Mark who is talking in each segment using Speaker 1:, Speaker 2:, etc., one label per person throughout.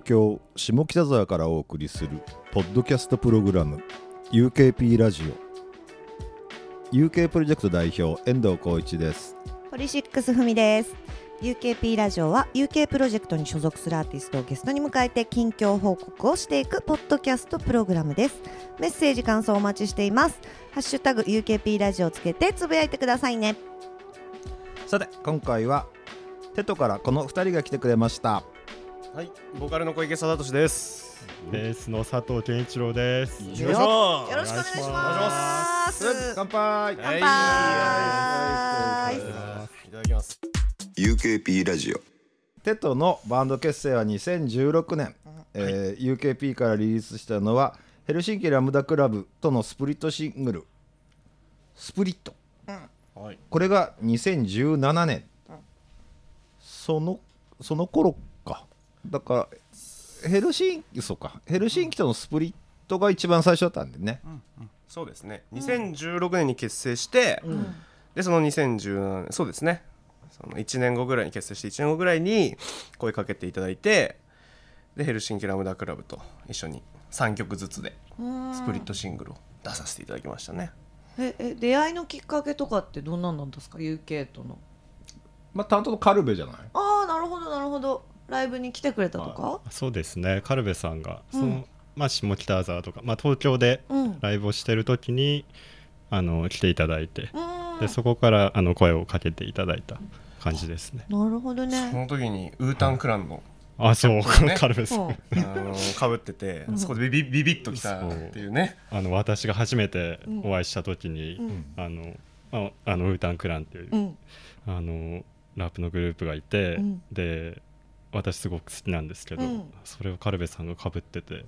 Speaker 1: 下北沢からお送りするポッドキャストプログラム UKP ラジオ UK プロジェクト代表遠藤浩一です
Speaker 2: ポリシックスふみです。UKP ラジオは UK プロジェクトに所属するアーティストをゲストに迎えて近況報告をしていくポッドキャストプログラムです。メッセージ感想をお待ちしています。ハッシュタグ UKP ラジオをつけてつぶやいてくださいね。
Speaker 1: さて今回はテトからこの2人が来てくれました
Speaker 3: はい、ボーカルの小池貞俊です。
Speaker 4: ベースの佐藤健一郎です。
Speaker 2: よろよろしく
Speaker 3: よ
Speaker 2: お願いします。
Speaker 1: 乾杯
Speaker 2: 乾杯
Speaker 3: いただきます。
Speaker 5: UKP ラジオ
Speaker 1: テトのバンド結成は2016年、えー UKP からリリースしたのはヘルシンキラムダクラブとのスプリットシングル「スプリット」
Speaker 3: はい
Speaker 1: これが2017年、そのその頃かだからヘルシンキそうかヘルシンキとのスプリットが一番最初だったんでね、
Speaker 3: そうですね。2016年に結成して、でその2017年そうですね。その1年後ぐらいに結成して1年後ぐらいに声かけていただいて、でヘルシンキラムダクラブと一緒に3曲ずつでスプリットシングルを出させていただきましたね。
Speaker 6: ええ出会いのきっかけとかってどんなんなんですか UK との
Speaker 1: まあ担当のカルベじゃない
Speaker 6: ああなるほどなるほどライブに来てくれたとか、
Speaker 4: そうですね。カルベさんがその、
Speaker 6: うん
Speaker 4: まあ下北沢とかまあ東京で
Speaker 6: うんう
Speaker 4: ライブをしてる時にあの来ていただいて、
Speaker 6: ーん
Speaker 4: でそこからあの声をかけていただいた感じですね。
Speaker 6: なるほど
Speaker 3: そ
Speaker 6: ね
Speaker 3: の時にウータンクランの
Speaker 4: あ、そう、
Speaker 3: ね
Speaker 4: カルベさ。
Speaker 6: うんん
Speaker 3: あの被ってて、そこでビビビビッときたっていうね。
Speaker 4: あの私が初めてお会いした時に、あのまああのウータンクランっていう、
Speaker 6: うん
Speaker 4: あのラップのグループがいて、
Speaker 6: うん
Speaker 4: で私すごく好きなんですけど、
Speaker 6: うん
Speaker 4: それをカルベさんがかぶってて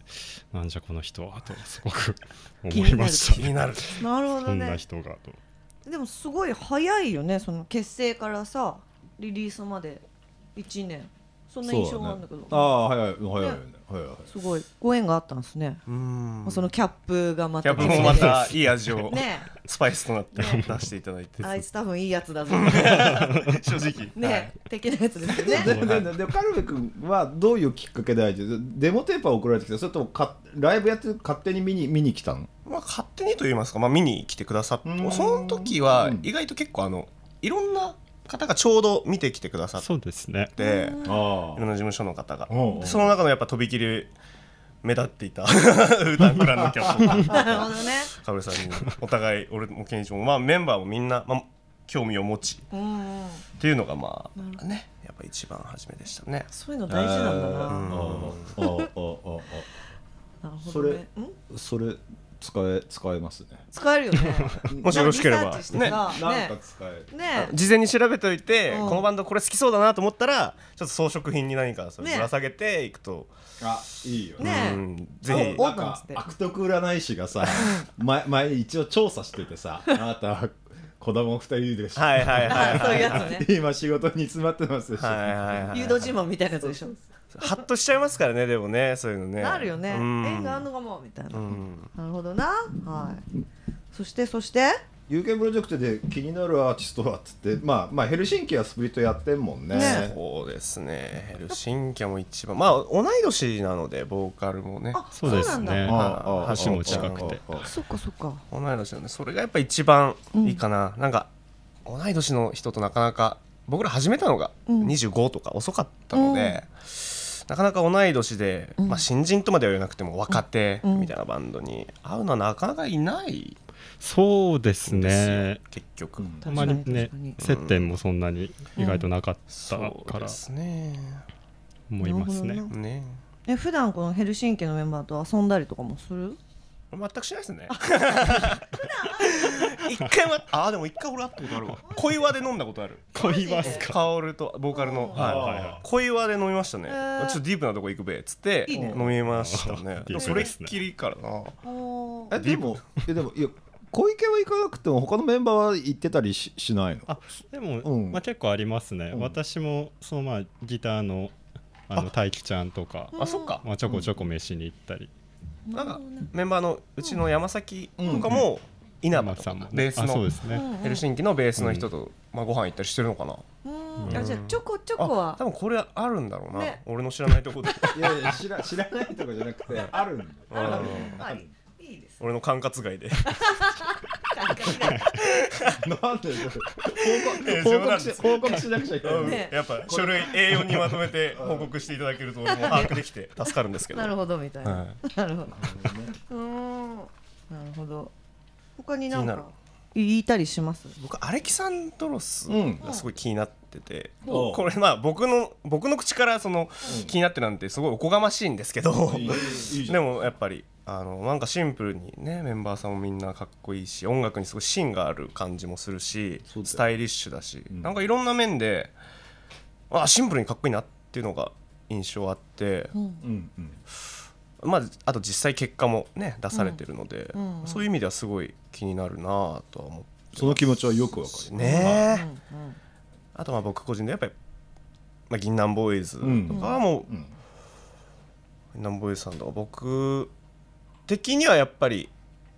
Speaker 4: なんじゃこの人はとすご く
Speaker 6: 気に
Speaker 4: 思い
Speaker 6: なる
Speaker 4: ました
Speaker 3: 気になる。
Speaker 6: なるほ
Speaker 4: そ
Speaker 6: ど
Speaker 4: んな
Speaker 6: ね
Speaker 4: 人がと
Speaker 6: でもすごい早いよねその結成からさリリースまで1年そんな印象があるんだけど
Speaker 1: ああ早い早い
Speaker 6: ね
Speaker 1: よね早い早い
Speaker 6: すごいご縁があったんですね、
Speaker 3: うん
Speaker 6: まあそのキャップがま
Speaker 3: キ
Speaker 6: た
Speaker 3: ャップもまたいい味を
Speaker 6: ね
Speaker 3: スパイスとなって
Speaker 6: ね
Speaker 3: 出していただいて
Speaker 6: えあい
Speaker 3: 正
Speaker 6: つ多分いいやつだぞ
Speaker 3: 直
Speaker 6: ねえ、的なやつですよね
Speaker 1: ででででカルベ君はどういうきっかけで会えてデモテープは送られてきたそれともかライブやって勝手に見に見に来たの
Speaker 3: まあ勝手にと言いますか、まあ、見に来てくださって
Speaker 1: うん
Speaker 3: その時は意外と結構あのいろんな方がちょうど見てきてくださっ
Speaker 4: そうですね
Speaker 1: あ
Speaker 3: ていろんな事務所の方が
Speaker 1: うんうん
Speaker 3: でその中のやっぱとびきり目立っていたウータンクランのキャップ
Speaker 6: なるほどね
Speaker 3: カブレさんにお互い俺もケンイチも、まあ、メンバーもみんな、まあ、興味を持ち
Speaker 6: うんうん
Speaker 3: っていうのがまあねやっぱ一番初めでしたね。
Speaker 6: そういうの大事なんだな、
Speaker 3: うん
Speaker 1: ああああ
Speaker 6: なるほどね。ん
Speaker 1: それ使え使えますね
Speaker 6: 使えるよね。
Speaker 3: もしよろしければ
Speaker 6: リサーチしてさね
Speaker 1: 使える
Speaker 6: ねね
Speaker 3: 事前に調べといて、
Speaker 6: うん
Speaker 3: このバンドこれ好きそうだなと思ったらちょっと装飾品に何かそれ
Speaker 6: ね
Speaker 3: ぶら下げていくと、
Speaker 1: あいいよ
Speaker 6: ね
Speaker 3: うん、ぜ
Speaker 6: お
Speaker 3: ひ
Speaker 6: お
Speaker 1: なん
Speaker 6: オープンっつ
Speaker 1: か
Speaker 6: って
Speaker 1: 悪徳占い師がさ前前一応調査しててさあなたは子供二人でしょ
Speaker 3: はいはいは
Speaker 6: あ
Speaker 3: い
Speaker 6: そういうやつね。
Speaker 1: 今仕事に詰まってますでしょ
Speaker 3: はいはいはい
Speaker 6: 誘導自慢みたいなやつでしょ。
Speaker 3: ハッとしちゃいますからねでもねそういうのね
Speaker 6: なるよね。
Speaker 3: うん
Speaker 6: 縁があんのかもみたいな。
Speaker 3: うん
Speaker 6: なるほどな。はい。そしてそして。
Speaker 1: UK プロジェクトで気になるアーティストはっつってまあまあヘルシンキはスプリットやってんもんね
Speaker 6: ね
Speaker 3: そうですねヘルシンキャも一番まあ同い年なのでボーカルもね
Speaker 6: あ、
Speaker 4: そうです
Speaker 6: なん
Speaker 4: ね
Speaker 6: だ。
Speaker 1: ああああ
Speaker 4: 年も近くて
Speaker 1: ああああ
Speaker 6: そっかそっか。
Speaker 3: 同い年なんでそれがやっぱ一番いいかな、なんか同い年の人となかなか僕ら始めたのが
Speaker 6: うん
Speaker 3: 25とか遅かったので、なかなか同い年で、まあ、新人とまでは言わなくても若手みたいなバンドに会うのはなかなかいない
Speaker 4: そうです
Speaker 3: んですよ、
Speaker 4: ね
Speaker 3: 結局、
Speaker 1: うん
Speaker 4: あまりね
Speaker 6: 確かに
Speaker 4: 接点もそんなに意外となかった
Speaker 3: そう
Speaker 4: か
Speaker 3: で
Speaker 4: ら
Speaker 3: すね
Speaker 4: 思いますね
Speaker 6: なるほどな
Speaker 3: ね
Speaker 6: え普段このヘルシンキのメンバーと遊んだりとかもする？
Speaker 3: 全くしないです ね一回はああでも一回俺会ったことあるわ小岩で飲んだことある
Speaker 4: 恋ますか
Speaker 3: カオルとボーカルの、はい
Speaker 4: はいはい
Speaker 3: 小岩で飲みましたね、
Speaker 6: へー
Speaker 3: ちょっとディープなとこ行くべっつって
Speaker 6: いいね
Speaker 3: 飲みましたね
Speaker 4: ディープですね
Speaker 3: それっきりからな
Speaker 6: おー
Speaker 1: えでもえでもいや小池は行かなくても他のメンバーは行ってたりししないの
Speaker 4: あでも、
Speaker 1: うん
Speaker 4: まあ、結構ありますね、
Speaker 1: うん
Speaker 4: 私もそのまあギターのあの大輝ちゃんとか
Speaker 3: あそっか
Speaker 4: まあ、ちょこちょこ飯に行ったり、
Speaker 3: なんかメンバーのうちの山崎とかも、稲葉
Speaker 4: 山
Speaker 3: と
Speaker 4: さ
Speaker 3: か
Speaker 4: んもね
Speaker 3: ベース
Speaker 4: あそう
Speaker 3: の
Speaker 4: ですね、
Speaker 6: うん
Speaker 3: ヘルシンキのベースの人と、まあ、ご飯行ったりしてるのかな、
Speaker 6: うーんうんあじゃあちょこちょこ
Speaker 3: あ
Speaker 6: は
Speaker 3: 多分これあるんだろうな、
Speaker 6: ね
Speaker 3: 俺の知らないとこで
Speaker 1: いやいや知ら知らないとかじゃなくてあるんだよ
Speaker 3: ある
Speaker 6: はいいいです
Speaker 3: 俺の管轄外で
Speaker 1: なんで報告
Speaker 3: え
Speaker 1: 報
Speaker 3: 冗談
Speaker 1: 告
Speaker 3: です
Speaker 1: し報告しなくちゃいけない
Speaker 3: うん
Speaker 1: の
Speaker 6: ね
Speaker 3: やっぱ書類 A4 にまとめて報告していただけると俺も把握できて助かるんですけど
Speaker 6: なるほどみたいな、
Speaker 3: はい
Speaker 6: なるほどうーんなるほど他になん
Speaker 3: 気にな
Speaker 6: か
Speaker 3: る
Speaker 6: 言いたりします
Speaker 3: 僕アレキサンドロス
Speaker 1: うん
Speaker 3: がすごい気になってて、
Speaker 1: ほう
Speaker 3: これまあ僕の僕の口からその、
Speaker 1: うん
Speaker 3: 気になってなんてすごいおこがましいんですけど
Speaker 1: いいいいいいじゃん
Speaker 3: でもやっぱりあのなんかシンプルにねメンバーさんもみんなかっこいいし音楽にすごい芯がある感じもするし
Speaker 1: そうだよ
Speaker 3: スタイリッシュだし、
Speaker 1: うん
Speaker 3: なんかいろんな面であシンプルにかっこいいなっていうのが印象あって、
Speaker 1: うんうん
Speaker 3: まあ、あと実際結果もね出されてるので、
Speaker 6: うんうん
Speaker 3: そういう意味ではすごい気になるなとは思って
Speaker 1: その気持ちはよくわかる
Speaker 3: ね
Speaker 6: う
Speaker 3: え
Speaker 6: んうん
Speaker 3: あとまあ僕個人でやっぱり、まあ、銀杏ボーイズとかはもう、
Speaker 1: うん
Speaker 3: 銀杏ボーイズさんとか僕的にはやっぱり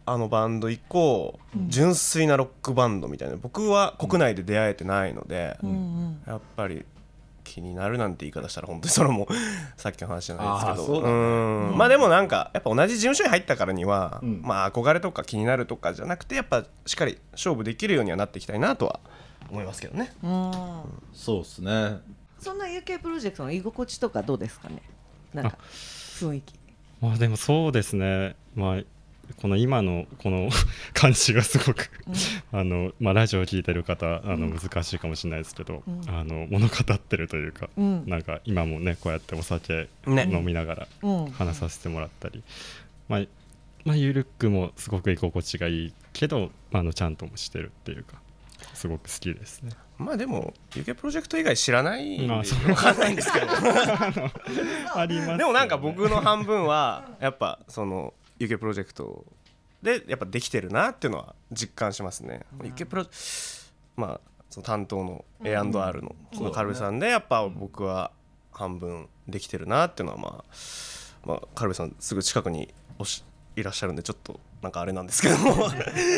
Speaker 3: あのバンド以降、純粋なロックバンドみたいな僕は国内で出会えてないので、
Speaker 6: うん
Speaker 3: やっぱり気になるなんて言い方したら本当にそれもさっきの話じゃないですけ
Speaker 1: あー
Speaker 3: ど
Speaker 1: そうだね
Speaker 3: ーんまあでもなんかやっぱ同じ事務所に入ったからには、
Speaker 1: うん
Speaker 3: まあ憧れとか気になるとかじゃなくてやっぱしっかり勝負できるようにはなっていきたいなとは思いますけどね。
Speaker 6: うんうん
Speaker 1: そうですね
Speaker 6: そんな UK プロジェクトの居心地とかどうですかねなんか雰囲気
Speaker 4: まあでもそうですねまあこの今のこの 感じがすごくあの、まあ、ラジオを聞いてる方あの難しいかもしれないですけど、あの物語ってるというか、
Speaker 6: うん
Speaker 4: なんか今もねこうやってお酒
Speaker 3: ね
Speaker 4: 飲みながら
Speaker 6: うん
Speaker 4: 話させてもらったり、まあ、まあゆるくもすごく居心地がいいけど、まあ、あのちゃんともしてるっていうかすごく好きですね。
Speaker 3: まあでも UK プロジェクト以外知らないんで
Speaker 4: まあそう
Speaker 3: わかんないんですけど
Speaker 4: ありますよね
Speaker 3: でもなんか僕の半分はやっぱその UK プロジェクトでやっぱできてるなっていうのは実感しますね。UK プロまあその担当の A&R のそのカルベさんでやっぱ僕は半分できてるなっていうのはまあまあカルベさんすぐ近くにおしいらっしゃるんでちょっとなんかあれなんですけど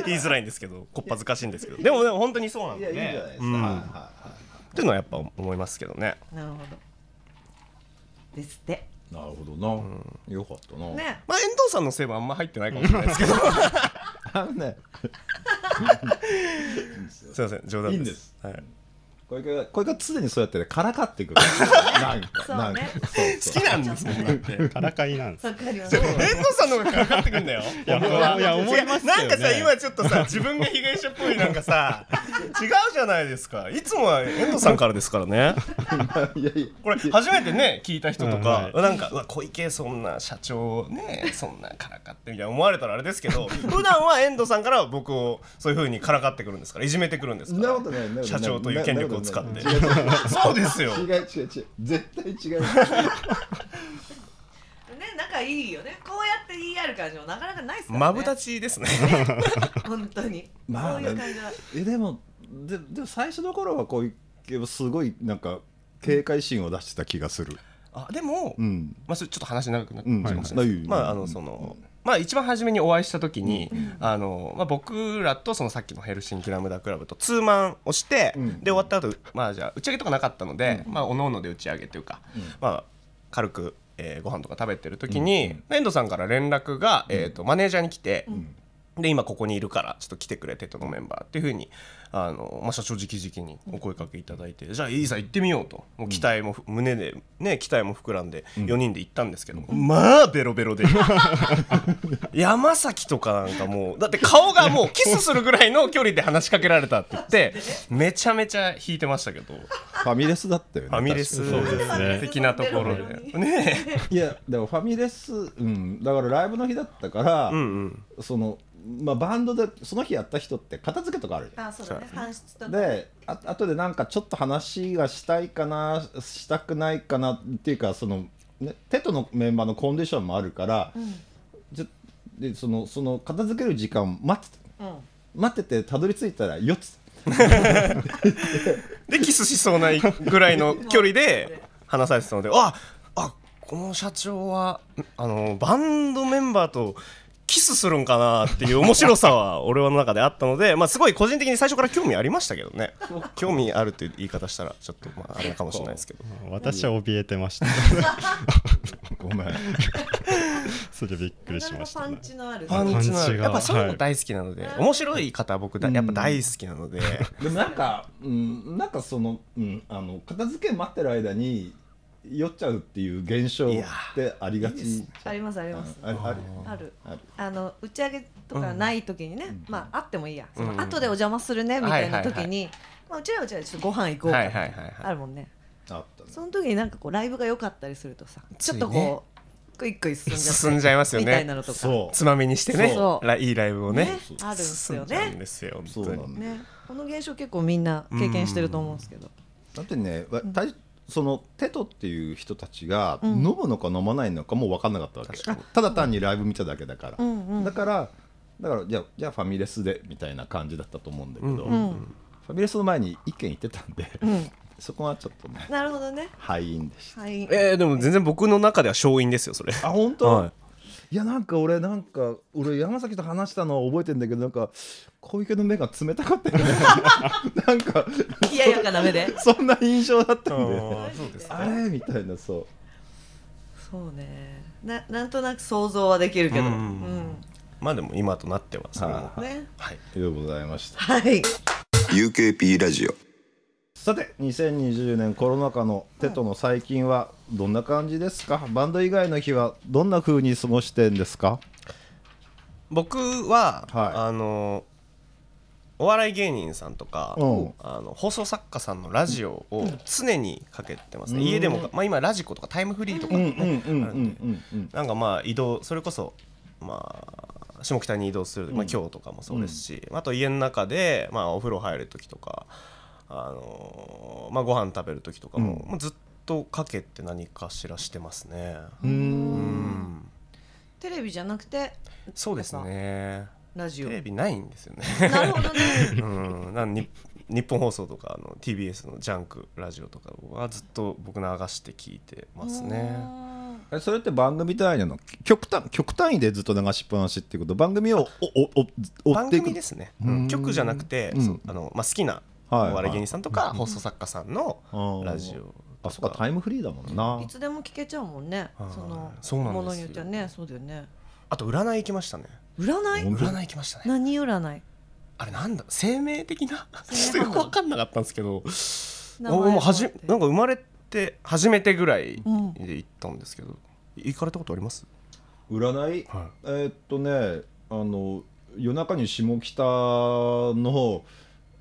Speaker 3: 言いづらいんですけどこっぱずかしいんですけどでもでも本当にそうなんでねうんっ
Speaker 1: は
Speaker 3: ていうのはやっぱ思いますけどね。
Speaker 6: なるほどですって
Speaker 1: いなるほどな、よかったな
Speaker 6: ね
Speaker 3: まあ遠藤さんの成分あんま入ってないかもしれないですけど
Speaker 1: あのね
Speaker 3: すいません冗談です
Speaker 1: いいんです
Speaker 3: はい
Speaker 1: これがこれが常にそうやってねからか ってくるなんか
Speaker 6: そうね
Speaker 1: なんかそうそう
Speaker 3: 好きなんですもんだ って遠
Speaker 4: からかいなんです
Speaker 6: わかります
Speaker 3: 藤さんの方がかかってくんだよ
Speaker 4: いや
Speaker 3: 本当はい
Speaker 4: や思いますよね
Speaker 3: なんかさ今ちょっとさ自分が被害者っぽいなんかさ違うじゃないですかいつもは遠藤さんからですからね
Speaker 1: いやいや
Speaker 3: これ初めてね聞いた人とか、
Speaker 4: うんは
Speaker 3: なんかうわ小池そんな社長ねそんなからかってみたいな思われたらあれですけど普段は遠藤さんから僕をそういうふうにからかってくるんですからいじめてくるんです
Speaker 1: そん
Speaker 3: か
Speaker 1: な
Speaker 3: ら
Speaker 1: ことないな
Speaker 3: 社長という権力を使って
Speaker 1: 違う違う
Speaker 3: そうですよ
Speaker 1: 違う違う違う絶対違う
Speaker 6: ね仲いいよねこうやって言い合える感じもなかなかないですからね
Speaker 3: まぶ立ちですね
Speaker 6: 本当に
Speaker 1: ま
Speaker 6: そ
Speaker 1: あ
Speaker 6: ういう感じは
Speaker 1: えでもででも最初の頃はこういうすごいなんか警戒心を出してた気がする
Speaker 3: あでも、
Speaker 1: うん
Speaker 3: まあ、それちょっと話長くなっちゃ
Speaker 1: う
Speaker 3: うんかもしれないです
Speaker 1: はい
Speaker 3: まああ
Speaker 1: う
Speaker 3: の
Speaker 1: ん
Speaker 3: その、まあ、一番初めにお会いした時に、あのまあ、僕らとそのさっきのヘルシンキラムダクラブとツーマンをして、
Speaker 1: うん
Speaker 3: で終わった後、まあじゃあ打ち上げとかなかったので、まあおのので打ち上げというか、まあ、軽く、えーご飯とか食べてる時に、遠藤さんから連絡が、えー、とマネージャーに来て。で今ここにいるからちょっと来てくれテトのメンバーっていうふうにあの、まあ、社長直々にお声かけいただいて、じゃあいいさ行ってみようともう期待もふ、胸でね期待も膨らんで4人で行ったんですけど、まあベロベロで山崎とかなんかもうだって顔がもうキスするぐらいの距離で話しかけられたって言ってめちゃめちゃ引いてましたけど
Speaker 1: ファミレスだったよね
Speaker 3: ファミレス
Speaker 1: 確か
Speaker 4: そうですね
Speaker 3: 的なところ
Speaker 6: ベロベロ
Speaker 3: で
Speaker 6: に
Speaker 3: ねえ
Speaker 1: いやでもファミレスうんだからライブの日だったから、
Speaker 3: うんうん
Speaker 1: そのまあバンドでその日やった人って片付けとかあるじゃん
Speaker 6: あそうだね搬出とか
Speaker 1: であ後でなんかちょっと話がしたいかなしたくないかなっていうかその、ね、テトのメンバーのコンディションもあるから、じゃでそのその片付ける時間待ってた
Speaker 6: うん
Speaker 1: 待っててたどり着いたら4つ
Speaker 3: でキスしそうなぐらいの距離で話されてたのでああこの社長はんあのバンドメンバーとキスするんかなっていう面白さは俺の中であったので、 まあ、すごい個人的に最初から興味ありましたけどね興味あるっていう言い方したらちょっとまああれかもしれないですけど
Speaker 4: 私は怯えてま した
Speaker 1: ごめん
Speaker 4: それびっくりしました、
Speaker 6: なか
Speaker 4: ね
Speaker 6: なかパン、チのある
Speaker 4: あ
Speaker 3: パンチのあ
Speaker 4: パンチ
Speaker 3: る
Speaker 4: が
Speaker 3: やっぱそういうの大好きなので、面白い方僕だやっぱ大好きなので、
Speaker 1: でもなんか、うん、なんかその、うん、あの片付け待ってる間に酔っちゃうっていう現象ってありがち
Speaker 6: ありますあります
Speaker 1: あある
Speaker 6: ある
Speaker 1: ある
Speaker 6: あの打ち上げとかない時にね、まああってもいいや、そ
Speaker 3: うん
Speaker 6: の後でお邪魔するねみたいな時に、
Speaker 3: はいは
Speaker 6: まあうちらはうちらでちょっとご飯行こうか、
Speaker 3: はいはいはいはい
Speaker 6: あるもんね。
Speaker 1: あったね
Speaker 6: その時になんかこうライブが良かったりするとさ、ちょっと
Speaker 3: ついね
Speaker 6: こうクイックイ進んじゃって
Speaker 3: 進んじゃいますよね
Speaker 6: みたいなのとか、
Speaker 1: そう
Speaker 3: つまみにしてね
Speaker 6: そう
Speaker 3: らいいライブをね
Speaker 6: ねあるんですよ
Speaker 3: 進ん
Speaker 6: ね
Speaker 3: じゃうんですよ
Speaker 1: そうな
Speaker 3: 本
Speaker 1: ん
Speaker 3: 当
Speaker 1: だ
Speaker 3: に
Speaker 1: よ
Speaker 6: ね、この現象結構みんな経験してると思うんですけど、
Speaker 1: だってね、わたいそのテトっていう人たちが
Speaker 6: ん
Speaker 1: 飲むのか飲まないのかも分かんなかったわけ、
Speaker 3: 確かに
Speaker 1: ただ単にライブ見ただけだから、
Speaker 6: うんうん
Speaker 1: だからだからじゃあじゃあファミレスでみたいな感じだったと思うんだけど、
Speaker 3: うん
Speaker 1: ファミレスの前に一軒行ってたんで、
Speaker 6: ん
Speaker 1: そこはちょっとね
Speaker 6: なるほどね。
Speaker 1: 敗因でした
Speaker 6: はい。
Speaker 3: えー、でも全然僕の中では勝因ですよそれ
Speaker 1: あ本当、
Speaker 3: はい
Speaker 1: い、やなんか俺なんか俺山崎と話したのは覚えてんだけどなんか小池の目が冷たかったよねなんか
Speaker 6: 冷ややかな目で。
Speaker 1: そんな印象だったんで、
Speaker 3: あーそうで す
Speaker 1: あれみたいなそう
Speaker 6: そうね。ななんとなく想像はできるけど、
Speaker 3: う
Speaker 6: うんん、
Speaker 3: まあでも今となってはそれも
Speaker 1: は
Speaker 6: ね。
Speaker 3: はい
Speaker 1: でございました
Speaker 6: はい。
Speaker 5: UKP ラジオ
Speaker 1: さて2020年コロナ禍のテトの最近はどんな感じですか、バンド以外の日はどんな風に過ごしてんですか
Speaker 3: 僕は、
Speaker 1: はい
Speaker 3: あのお笑い芸人さんとか、
Speaker 1: うん
Speaker 3: あの放送作家さんのラジオを常にかけてますね、
Speaker 1: うん
Speaker 3: 家でもか、まあ、今ラジコとかタイムフリーとか、
Speaker 1: うんうんうんうんうん
Speaker 3: なんかまあ移動それこそまあ下北に移動する、まあ、今日とかもそうですし、あと家の中で、まあ、お風呂入る時とか、あのーまあ、ご飯食べる時とかも,、
Speaker 1: うん
Speaker 3: もうずっとかけて何かしらしてますね。
Speaker 1: うーん
Speaker 3: うん
Speaker 6: テレビじゃなくて
Speaker 3: そうですね
Speaker 6: ラジオ
Speaker 3: テ。レビないんですよね
Speaker 6: なるほどね。
Speaker 3: うん、なんに日本放送とかあの TBS のジャンクラジオとかはずっと僕流して聞いて ますね。
Speaker 6: ね。
Speaker 1: えそれって番組単位なの極端極単位でずっと流しっぱなしっていうこと番組をおおお追
Speaker 3: 番
Speaker 1: っていく
Speaker 3: 組ですね、
Speaker 1: うん
Speaker 3: 曲じゃなくて、
Speaker 1: うん
Speaker 3: そうあのまあ、好きなお
Speaker 1: はい
Speaker 3: 笑い芸人さんとか、放送作家さんの
Speaker 1: うん
Speaker 3: ラジオ
Speaker 1: あそっかタイムフリーだもんない
Speaker 6: つでも聞けちゃうもんね。
Speaker 3: はい
Speaker 6: その
Speaker 3: そうなんですよ
Speaker 6: ものによってはね、そうだよね。
Speaker 3: あと占い行きましたね
Speaker 6: 占い？
Speaker 1: 本当
Speaker 3: 占い行きましたね
Speaker 6: 何占い？
Speaker 3: あれなんだ生命的 な
Speaker 6: 生
Speaker 3: ちょっ
Speaker 6: 命
Speaker 3: とよく分かんなかったんですけど
Speaker 6: 名前
Speaker 3: おもうはじ
Speaker 6: と
Speaker 3: なん
Speaker 6: か
Speaker 3: か
Speaker 6: って
Speaker 3: 生まれて初めてぐらいで
Speaker 6: うん
Speaker 3: 行ったんですけど、行かれたことあります
Speaker 1: 占い、
Speaker 3: は
Speaker 1: えーっとねあの夜中に下北の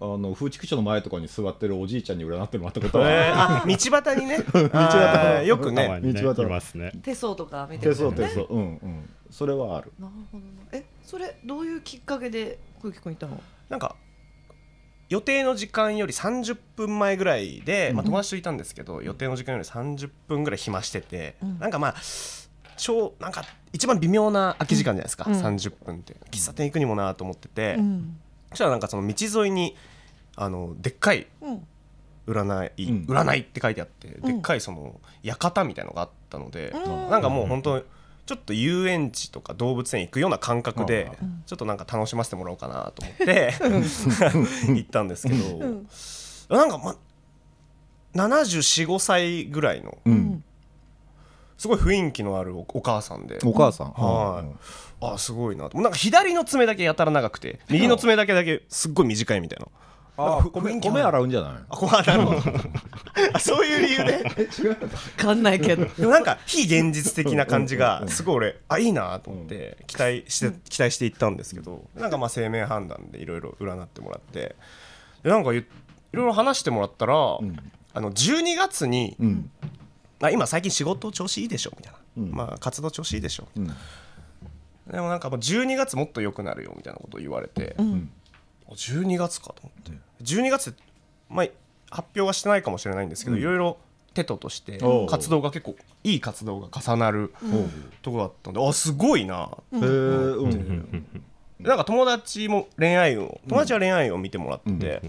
Speaker 1: あの風畜所の前とかに座ってるおじいちゃんに占ってもらったことは、
Speaker 3: えーあ道端にね 道
Speaker 1: 端
Speaker 3: よく
Speaker 4: たま
Speaker 3: ね
Speaker 4: にねい
Speaker 1: 道端
Speaker 4: ますね
Speaker 6: 手相とか見て
Speaker 1: 手
Speaker 6: る
Speaker 1: 相
Speaker 6: よ
Speaker 1: 手
Speaker 6: ね。
Speaker 1: 相うんうんそれはある
Speaker 6: なるほどな。え、それどういうきっかけで小池君行ったの？
Speaker 3: なんか予定の時間より30分前ぐらいで、まあ、友達といたんですけど、予定の時間より30分ぐらい暇してて、
Speaker 6: うん
Speaker 3: なんかまあ超なんか一番微妙な空き時間じゃないですか、
Speaker 6: うん
Speaker 3: 30分って喫茶店行くにもなと思ってて、
Speaker 6: うん。
Speaker 3: そしたらなんかその道沿いにあのでっかい
Speaker 6: うん。
Speaker 3: 占い、
Speaker 1: うん
Speaker 3: 占いって書いてあって、
Speaker 6: ん
Speaker 3: でっかいその館みたいのがあったので、
Speaker 6: うん
Speaker 3: なんかもう本当ちょっと遊園地とか動物園行くような感覚で、
Speaker 6: うん
Speaker 3: ちょっとなんか楽しませてもらおうかなと思って 行ったんですけど、
Speaker 6: ん
Speaker 3: なんかま745歳ぐらいの
Speaker 1: うん
Speaker 3: すごい雰囲気のあるおお母さんで。
Speaker 1: お母さん
Speaker 3: はい、あすごいなとなんか左の爪だけやたら長くて右の爪だけだけすっごい短いみたいな
Speaker 1: あ
Speaker 3: なんか雰
Speaker 1: 米
Speaker 3: 囲気ある
Speaker 1: 米洗うんじゃない
Speaker 3: あこうなるほど あそういう理由で
Speaker 1: え違う
Speaker 6: わかんないけど。
Speaker 3: でもなんか非現実的な感じがすごい俺あいいなと思って期待して期待していったんですけどなんかまあ生命判断でいろいろ占ってもらってでなんかいろいろ話してもらったら
Speaker 1: ん
Speaker 3: あの12月に
Speaker 1: うん
Speaker 3: あ今最近仕事調子いいでしょみたいな、
Speaker 1: うん
Speaker 3: まあ、活動調子いいでしょ
Speaker 1: うん
Speaker 3: でもなんかもう12月もっと良くなるよみたいなことを言われて、
Speaker 6: ん
Speaker 3: あ12月かと思って12月って、まあ、発表はしてないかもしれないんですけど、いろいろテトとして
Speaker 1: おう
Speaker 3: 活動が結構いい活動が重なるとこだったんであすごいな
Speaker 1: へえうん
Speaker 3: なんか友達も恋愛を友達は恋愛を見てもらってて、で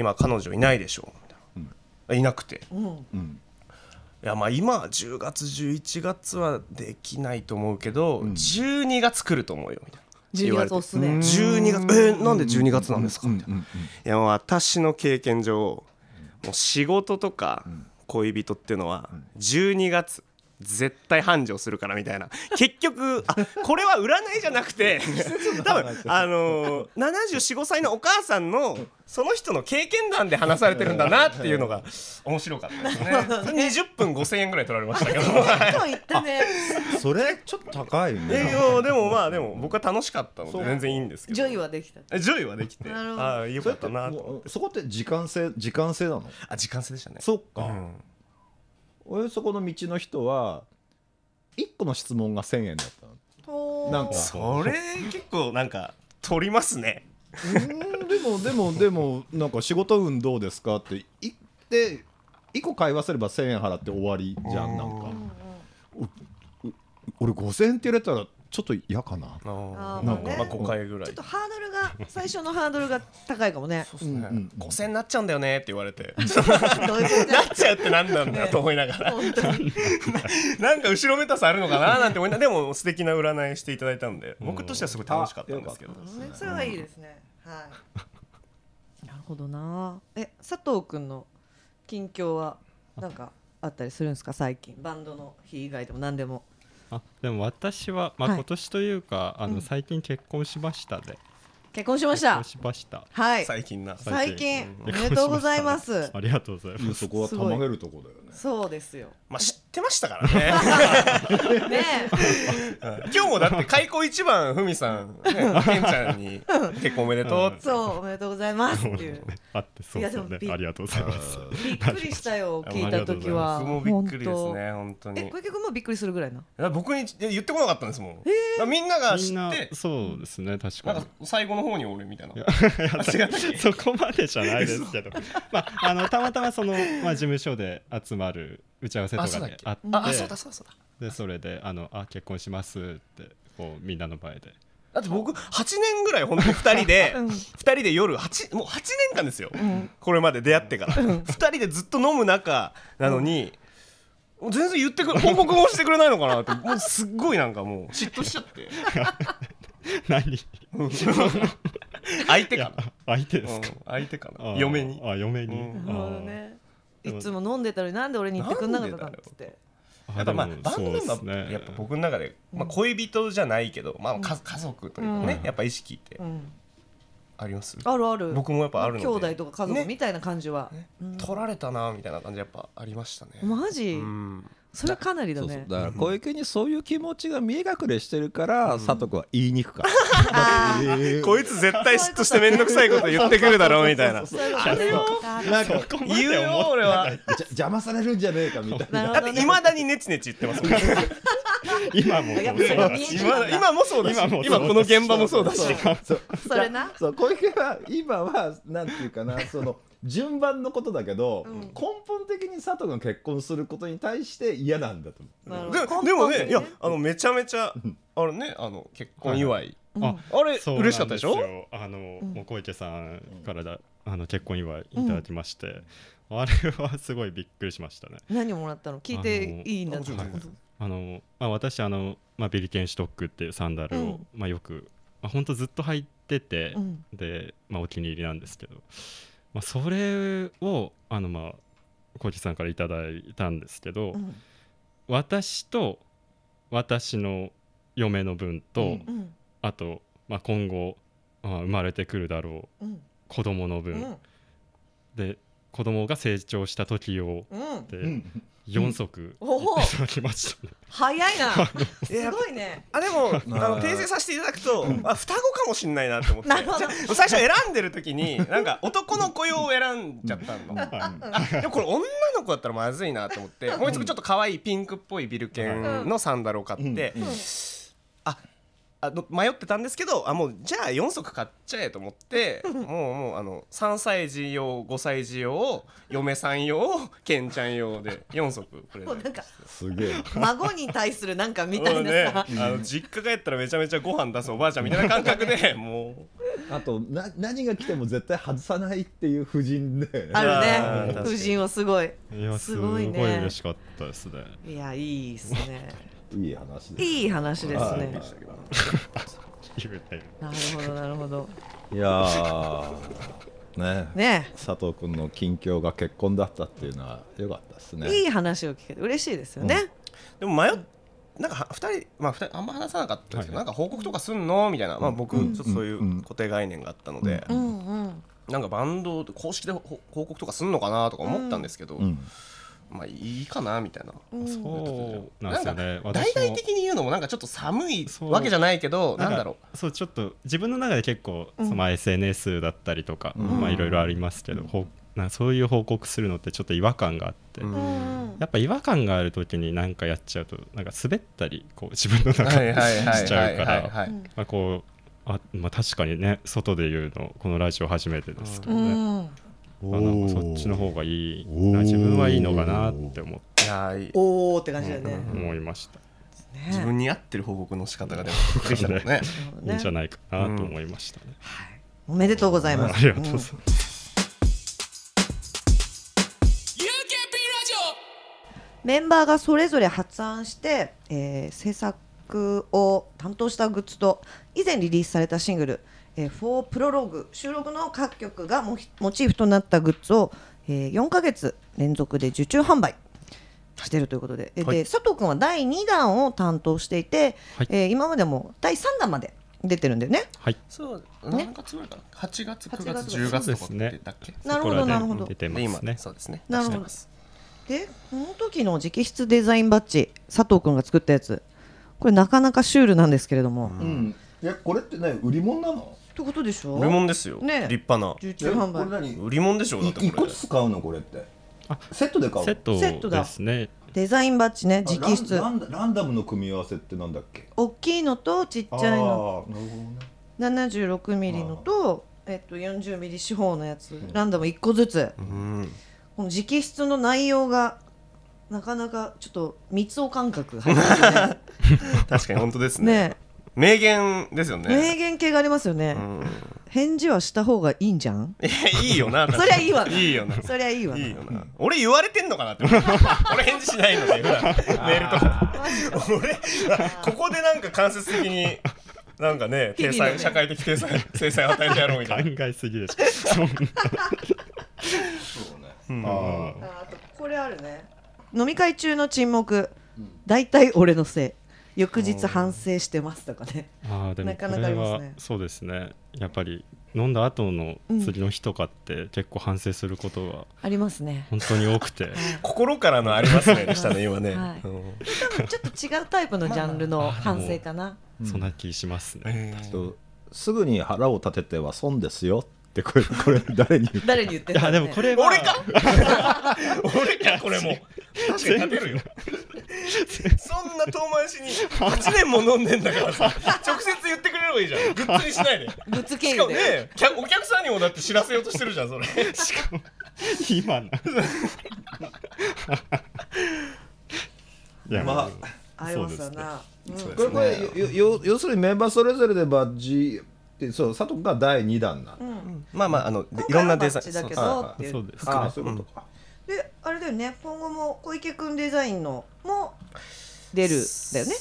Speaker 3: 今彼女いないでしょみたいな、いなくて
Speaker 6: うん。
Speaker 1: うん
Speaker 3: いやまあ今10月11月はできないと思うけど、
Speaker 1: うん
Speaker 3: 12月来ると思うよみたいな
Speaker 6: 12月おすすめ、
Speaker 1: うん
Speaker 3: 12月えーなんで12月なんですか
Speaker 1: う
Speaker 3: み
Speaker 1: ん
Speaker 3: たいな、いや私の経験上もう仕事とか
Speaker 1: ん
Speaker 3: 恋人っていうのは12月絶対繁盛するからみたい な結局あこれは占いじゃなく て多分あのー、745歳のお母さんのその人の経験談で話されてるんだなっていうのが面白かったですね 20分5000円ぐらい取られました けど
Speaker 6: と言ったね
Speaker 1: うんそれちょっと高いね
Speaker 3: えいやでもまあでも僕は楽しかったので全然いいんですけど
Speaker 6: ジョイはできた
Speaker 3: えジョイはできて
Speaker 6: なるほど
Speaker 3: ああよ
Speaker 1: そ
Speaker 3: か
Speaker 1: れ
Speaker 3: っ
Speaker 1: って
Speaker 3: たなと
Speaker 1: もうそこって時間制時間制なの
Speaker 3: あ時間差でしたね
Speaker 1: そっか、
Speaker 3: うん
Speaker 1: 俺そこの道の人は一個の質問が1000円だったのなんか
Speaker 3: それ結構なんか取りますね
Speaker 1: うーんでもでもでもなんか仕事運どうですかって言って1個会話すれば1000円払って終わりじゃんなんかお俺5000円って言われたらちょっと嫌かな
Speaker 3: あ
Speaker 6: ー
Speaker 1: なんか
Speaker 3: まあ5回ぐら
Speaker 6: ち
Speaker 3: い
Speaker 6: ょっとハードルが最初のハードルが高いかもね
Speaker 3: そうっすね
Speaker 1: うんうん
Speaker 3: 5000になっちゃうんだよねって言われ てなっ
Speaker 6: どういうことだ
Speaker 3: ちゃうってなんなんだと思いながら
Speaker 6: 本当に
Speaker 3: なんか後ろめたさあるのかななんて思いながらでも素敵な占いしていただいたんで僕としてはすごい楽しかったんですけど
Speaker 6: それはいいですねはい なるほどなえ佐藤くんの近況はなんかあったりするんですか最近バンドの日以外でも何でも
Speaker 4: あでも私は、まあ、
Speaker 6: はい
Speaker 4: 今年というか、あ
Speaker 6: うん
Speaker 4: の最近結婚しましたで、
Speaker 6: 結婚しまし
Speaker 4: 結
Speaker 6: た
Speaker 4: 婚しました
Speaker 6: はい
Speaker 3: 最近な
Speaker 4: 最
Speaker 6: 最近
Speaker 4: うん
Speaker 6: おめでとうございます
Speaker 4: ありがとうござい
Speaker 1: いや
Speaker 4: ます
Speaker 1: そこは
Speaker 6: すごい
Speaker 1: 玉ねるとこだよね
Speaker 6: そうですよ
Speaker 3: まあ知ってましたからね
Speaker 6: ね
Speaker 3: うん今日もだって開口一番ふみさん ねけんちゃんに結婚おめでとうって
Speaker 6: そうおめでとうござ いますっていう
Speaker 4: あってそうですよ
Speaker 6: いやでも
Speaker 4: ね
Speaker 6: び
Speaker 4: ありがとうございます
Speaker 6: びっくりしたよ
Speaker 4: あ
Speaker 6: 聞いた時は
Speaker 3: 僕もびっくりですね本当
Speaker 6: 本
Speaker 3: に
Speaker 6: 当えこれ結構もうびっくりするぐらいな
Speaker 3: だから僕にえ言ってこなかったんですもん、だからみんなが知
Speaker 4: みん
Speaker 3: っ
Speaker 4: な
Speaker 3: て
Speaker 4: そうですね確
Speaker 3: な
Speaker 4: か
Speaker 3: ん
Speaker 4: に
Speaker 3: か最後の方に俺みたいな。
Speaker 4: いや
Speaker 3: あ違ったっ け
Speaker 4: そこまでじゃないですけど、まあ、あのたまたまその、まあ、事務所で集まる打ち合わせと
Speaker 3: あそう
Speaker 4: か
Speaker 3: だっ
Speaker 4: で
Speaker 3: け
Speaker 4: あって
Speaker 3: あ、あそうだそうだそうだ。
Speaker 4: でそれであのあ結婚しますってこうみんなの前で
Speaker 3: だって僕8年ぐらい本当に2人で2人で夜8もう8年間ですよ、これまで出会ってから2人でずっと飲む中なのに、もう全然言ってくれ報告もしてくれないのかなってもうすっごいなんかもう嫉妬しちゃって
Speaker 4: 何
Speaker 3: 相
Speaker 4: い
Speaker 3: 手か
Speaker 4: や
Speaker 3: な、
Speaker 4: 相手で
Speaker 3: う
Speaker 4: す
Speaker 3: ん
Speaker 4: か、
Speaker 3: 相手か
Speaker 4: あ
Speaker 3: な
Speaker 4: ー
Speaker 3: 嫁に
Speaker 4: あ嫁に、
Speaker 3: うん
Speaker 6: なるほどねいつも飲んでたのになんで俺に言ってくんなかったかっつって
Speaker 4: あー
Speaker 3: やっぱまあ
Speaker 4: でも
Speaker 3: バンドメン
Speaker 4: そ
Speaker 3: バ
Speaker 4: うです
Speaker 3: ー
Speaker 4: ね
Speaker 3: やっぱ僕の中で、まあ、恋人じゃないけど、まあ、か家族というかね、
Speaker 4: うん
Speaker 3: やっぱ意識って
Speaker 6: うん
Speaker 3: あります、
Speaker 6: あるある
Speaker 3: 僕もやっぱあるので
Speaker 6: 兄弟とか家族みたいな感じは、
Speaker 3: ね
Speaker 6: うん
Speaker 3: 取られたなみたいな感じやっぱありましたね。
Speaker 6: マジ、
Speaker 3: うん
Speaker 6: それはかなりだ
Speaker 1: そうそう
Speaker 6: ね
Speaker 1: だから小池にそういう気持ちが見え隠れしてるから、佐藤君は言いにくかっ
Speaker 6: あ
Speaker 1: た、えー
Speaker 3: こいつ絶対嫉妬して面倒くさいこと言ってくるだろうみたいな。
Speaker 6: ーそういうことね
Speaker 1: なんか
Speaker 4: そこまで
Speaker 3: 言う
Speaker 4: 思っ
Speaker 3: よ俺は。
Speaker 1: じゃ邪魔されるんじゃねえかみたいな
Speaker 6: な
Speaker 3: だ
Speaker 6: る
Speaker 3: って
Speaker 6: ほど
Speaker 3: 未
Speaker 6: ね
Speaker 3: だにネチネチ言 ってますもん。
Speaker 4: 今も
Speaker 6: やっぱそれは見えて
Speaker 3: 今だ今もそうだし、
Speaker 4: 今もそうだし
Speaker 3: 今この現場もそうだし。
Speaker 1: そう
Speaker 6: それな
Speaker 1: そう小池は今はなんていうかなその順番のことだけど、根本的に佐藤が結婚することに対して嫌なんだと思う
Speaker 6: なるほど
Speaker 3: ででも
Speaker 6: 根本的に
Speaker 3: ね、いやあのめちゃめちゃあれねあの結婚祝い。
Speaker 4: あ
Speaker 3: あれ
Speaker 4: そう
Speaker 3: 嬉しかったでし
Speaker 4: なん
Speaker 3: ょ？
Speaker 4: すよあの、もう小池さんからだあの結婚祝いいただきまして、あれはすごいびっくりしましたね
Speaker 6: 何もらったの聞いていいんだって
Speaker 3: あのー
Speaker 4: あの、まあ、私あの、まあ、ビリケンシュトックっていうサンダルを、
Speaker 6: うん
Speaker 4: まあ、よく、まあ、ほんとずっと履いてて、
Speaker 6: うん
Speaker 4: で、まあ、お気に入りなんですけど、まあ、それをあのまあ小池さんからいただいたんですけど、
Speaker 6: うん
Speaker 4: 私と私の嫁の分と、
Speaker 1: うん
Speaker 6: うん
Speaker 4: あと、まあ、今後、まあ、生まれてくるだろう
Speaker 6: うん
Speaker 4: 子供の
Speaker 6: う
Speaker 4: 分、
Speaker 6: ん
Speaker 4: で子供が成長した時用
Speaker 6: うん
Speaker 4: で、
Speaker 1: うん
Speaker 4: 4足
Speaker 6: おお
Speaker 4: いただきましたね。
Speaker 6: 早いなすごいね
Speaker 3: あでもあの
Speaker 1: あー
Speaker 3: 訂正させていただくと、あ双子かもしれないなって思って。
Speaker 6: なるほど
Speaker 3: 最初選んでる時になんか男の子用を選んじゃったの。でもこれ女の子だったらまずいなと思ってもう一個ちょっと可愛いピンクっぽいビルケンのサンダルを買って、
Speaker 1: うんうん
Speaker 3: ああの迷ってたんですけどあもうじゃあ4足買っちゃえと思ってもうもうあの3歳児用5歳児用嫁さん用ケンちゃん用で4足プレ
Speaker 6: も
Speaker 3: ゼ
Speaker 6: う
Speaker 3: ン
Speaker 6: な
Speaker 3: ト
Speaker 6: ん。か
Speaker 1: すげえ
Speaker 6: 孫に対するなんかみたい
Speaker 3: もう
Speaker 6: なさ
Speaker 3: ね、あの実家帰ったらめちゃめちゃご飯出すおばあちゃんみたいな感覚でもう
Speaker 1: あとな何が来ても絶対外さないっていう夫人で
Speaker 2: あ
Speaker 3: あー
Speaker 2: るね
Speaker 3: 確かに
Speaker 2: 夫人はすごい
Speaker 4: いや
Speaker 2: す
Speaker 4: す
Speaker 2: ご
Speaker 4: ご
Speaker 2: い
Speaker 4: い
Speaker 2: ね
Speaker 4: 嬉しかったですね。
Speaker 2: いやいいですね
Speaker 1: いい話です
Speaker 2: いい話です
Speaker 1: はい
Speaker 2: ね
Speaker 4: 言うて
Speaker 2: なるほどなるほど
Speaker 1: いやーね
Speaker 2: ね
Speaker 1: 佐藤君の近況が結婚だったっていうのは良かったですね
Speaker 2: いい話を聞けて嬉しいですよね、
Speaker 3: でも迷っなんか2人まあ2人あんま話さなかったですけど、
Speaker 4: はい
Speaker 3: なんか報告とかすんのみたいな、まあ、僕ちょっとそういう固定概念があったので、
Speaker 2: うん、うん
Speaker 3: なんかバンド公式でほ報告とかすんのかなとか思ったんですけど、
Speaker 1: うん
Speaker 3: まあいいかなみたいな。
Speaker 4: そうなんですよね。
Speaker 3: 大々的に言うのもなんかちょっと寒い
Speaker 4: そう
Speaker 3: わけじゃないけどなんだろ
Speaker 4: うそうちょっと自分の中で結構、
Speaker 2: うん
Speaker 4: その SNS だったりとか、
Speaker 1: うん
Speaker 4: まあいろいろありますけど、ほうなそういう報告するのってちょっと違和感があって、
Speaker 3: う、うん
Speaker 2: うん
Speaker 4: やっぱ違和感がある時に何かやっちゃうとなんか滑ったりこう自分の中
Speaker 3: は
Speaker 4: で
Speaker 3: いはいはい
Speaker 4: しちゃうか
Speaker 3: はいはい
Speaker 4: ら
Speaker 3: は
Speaker 2: う
Speaker 3: い
Speaker 2: ん
Speaker 4: まあこうあまあ確かにね外で言うのこのラジオ初めてですけどね、
Speaker 2: うん
Speaker 4: まあなんかそっちの方がいいな自分はいいのかなって思っ
Speaker 3: いやーいい
Speaker 2: おおって感じだよね,、
Speaker 4: 思いました、
Speaker 2: ね
Speaker 3: 自分に合ってる報告の仕方がでもできたもんね
Speaker 2: なるほど
Speaker 4: いいんじゃ
Speaker 2: ね
Speaker 4: ないかなと思いましたね、
Speaker 2: おめでとうございます
Speaker 4: ありがとうございます、
Speaker 6: メンバーがそれぞれ発案して、えー制作を担当したグッズと以前リリースされたシングル「えー、For プロローグ」収録の各曲がモヒモチーフとなったグッズを、え4ヶ月連続で受注販売してるということで,え、
Speaker 3: はい
Speaker 6: で佐藤君は第2弾を担当していて、
Speaker 4: はい
Speaker 6: えー今までも第3弾まで出てるんだよね。
Speaker 4: はい
Speaker 3: そう何月ぐらいかな8月9
Speaker 6: 8
Speaker 3: 月
Speaker 6: 月
Speaker 3: 10月とか
Speaker 4: そうです
Speaker 3: って
Speaker 4: ね
Speaker 3: だっけ
Speaker 6: なるほど
Speaker 4: そこらで
Speaker 6: なるほど
Speaker 4: 出てま
Speaker 3: で今
Speaker 4: すね
Speaker 3: そうですね
Speaker 6: なるほ
Speaker 3: 出し
Speaker 6: ど
Speaker 3: てます
Speaker 6: でこの時の直筆デザインバッジ佐藤君が作ったやつこれなかなかシュールなんですけれども。
Speaker 1: うんいやこれってね売り物なの
Speaker 6: ってことでしょ
Speaker 3: 売り物ですよ、
Speaker 6: ねえ
Speaker 3: 立派な
Speaker 6: 受注
Speaker 1: え
Speaker 6: 販
Speaker 1: こ
Speaker 6: 売
Speaker 1: れ何
Speaker 3: 売り物でしょだっ
Speaker 1: い
Speaker 3: て
Speaker 1: い
Speaker 3: こ
Speaker 1: く
Speaker 3: れ
Speaker 1: つ買うのこれって
Speaker 4: あ
Speaker 1: セットで買うの
Speaker 4: セット
Speaker 6: セットだ
Speaker 4: ですね
Speaker 6: デザインバッジね
Speaker 1: あ
Speaker 6: 直筆
Speaker 1: ランランランダムの組み合わせってなんだっけ
Speaker 6: 大きいのとちっちゃいの
Speaker 1: あーなるほどね
Speaker 6: 76ミリのと、えっと、40ミリ四方のやつ
Speaker 1: ん
Speaker 6: ランダム1個ずつ
Speaker 3: うん
Speaker 6: この直筆の内容がなかなかちょっと密を 感覚入りますね
Speaker 3: 確かに本当ですね
Speaker 6: ね
Speaker 3: 名言ですよね
Speaker 6: え名言系がありますよね、
Speaker 3: うん
Speaker 6: 返事はした方がいいんじゃん
Speaker 3: いやいいよな
Speaker 6: そりゃいいわない
Speaker 3: いよな
Speaker 6: そりゃいいわない
Speaker 3: いよな俺言われてんのかなって思う俺返事しないので普段メールとか俺ここでなんか間接的になんかね
Speaker 2: 日
Speaker 3: 体
Speaker 2: 々のね
Speaker 3: 裁社会的体裁制裁を与えてやろうみ
Speaker 4: 考
Speaker 3: たいな
Speaker 4: えすぎでしょそんな
Speaker 1: そうね、
Speaker 3: うん
Speaker 1: あ
Speaker 6: あーあとこれあるね飲み会中の沈黙大体俺のせい翌日反省してますとかね
Speaker 4: あーでも
Speaker 6: なか
Speaker 4: こ
Speaker 6: なかあ
Speaker 4: れ
Speaker 6: ります
Speaker 4: は
Speaker 6: ね
Speaker 4: そうですねやっぱり飲んだ後の次の日とかって結構反省することが
Speaker 6: ありますね
Speaker 4: 本当に多くて、
Speaker 3: 心からのありますねでしたね今ね、
Speaker 6: はい
Speaker 3: うん
Speaker 6: 多分ちょっと違うタイプのジャンルの反省かな。
Speaker 4: そんな気しますね、
Speaker 3: え
Speaker 1: ー
Speaker 3: ー
Speaker 1: そうすぐに腹を立てては損ですよってこれ これ誰に言う
Speaker 2: 誰に言って
Speaker 4: い
Speaker 2: た
Speaker 4: や
Speaker 2: の
Speaker 4: でもこれは
Speaker 3: 俺 か俺かこれも確かに立てるよそんな遠回しに8年も飲んでんだからさ直接言ってくれればいいじゃんグッズにしないで
Speaker 2: ぶつけ
Speaker 3: し
Speaker 2: よ
Speaker 3: か
Speaker 2: う
Speaker 3: も
Speaker 2: で、
Speaker 3: ねきゃお客さんにもだって知らせようとしてるじゃんそれ
Speaker 4: しかも今のいや
Speaker 1: ま
Speaker 2: ありますわな、
Speaker 4: そう
Speaker 1: こ
Speaker 4: で
Speaker 1: れこ
Speaker 4: すね
Speaker 1: れよよ要するにメンバーそれぞれでバッジってそう佐藤が第2弾なんだ、
Speaker 3: まあまああの
Speaker 6: いろんなデザインだけ
Speaker 1: そう
Speaker 6: ど
Speaker 1: そう
Speaker 6: ってい
Speaker 4: そう
Speaker 6: う。
Speaker 4: です
Speaker 1: ああ
Speaker 4: ね
Speaker 1: そういうことか、
Speaker 6: であれだよね今後も小池くんデザインのも出るだよね。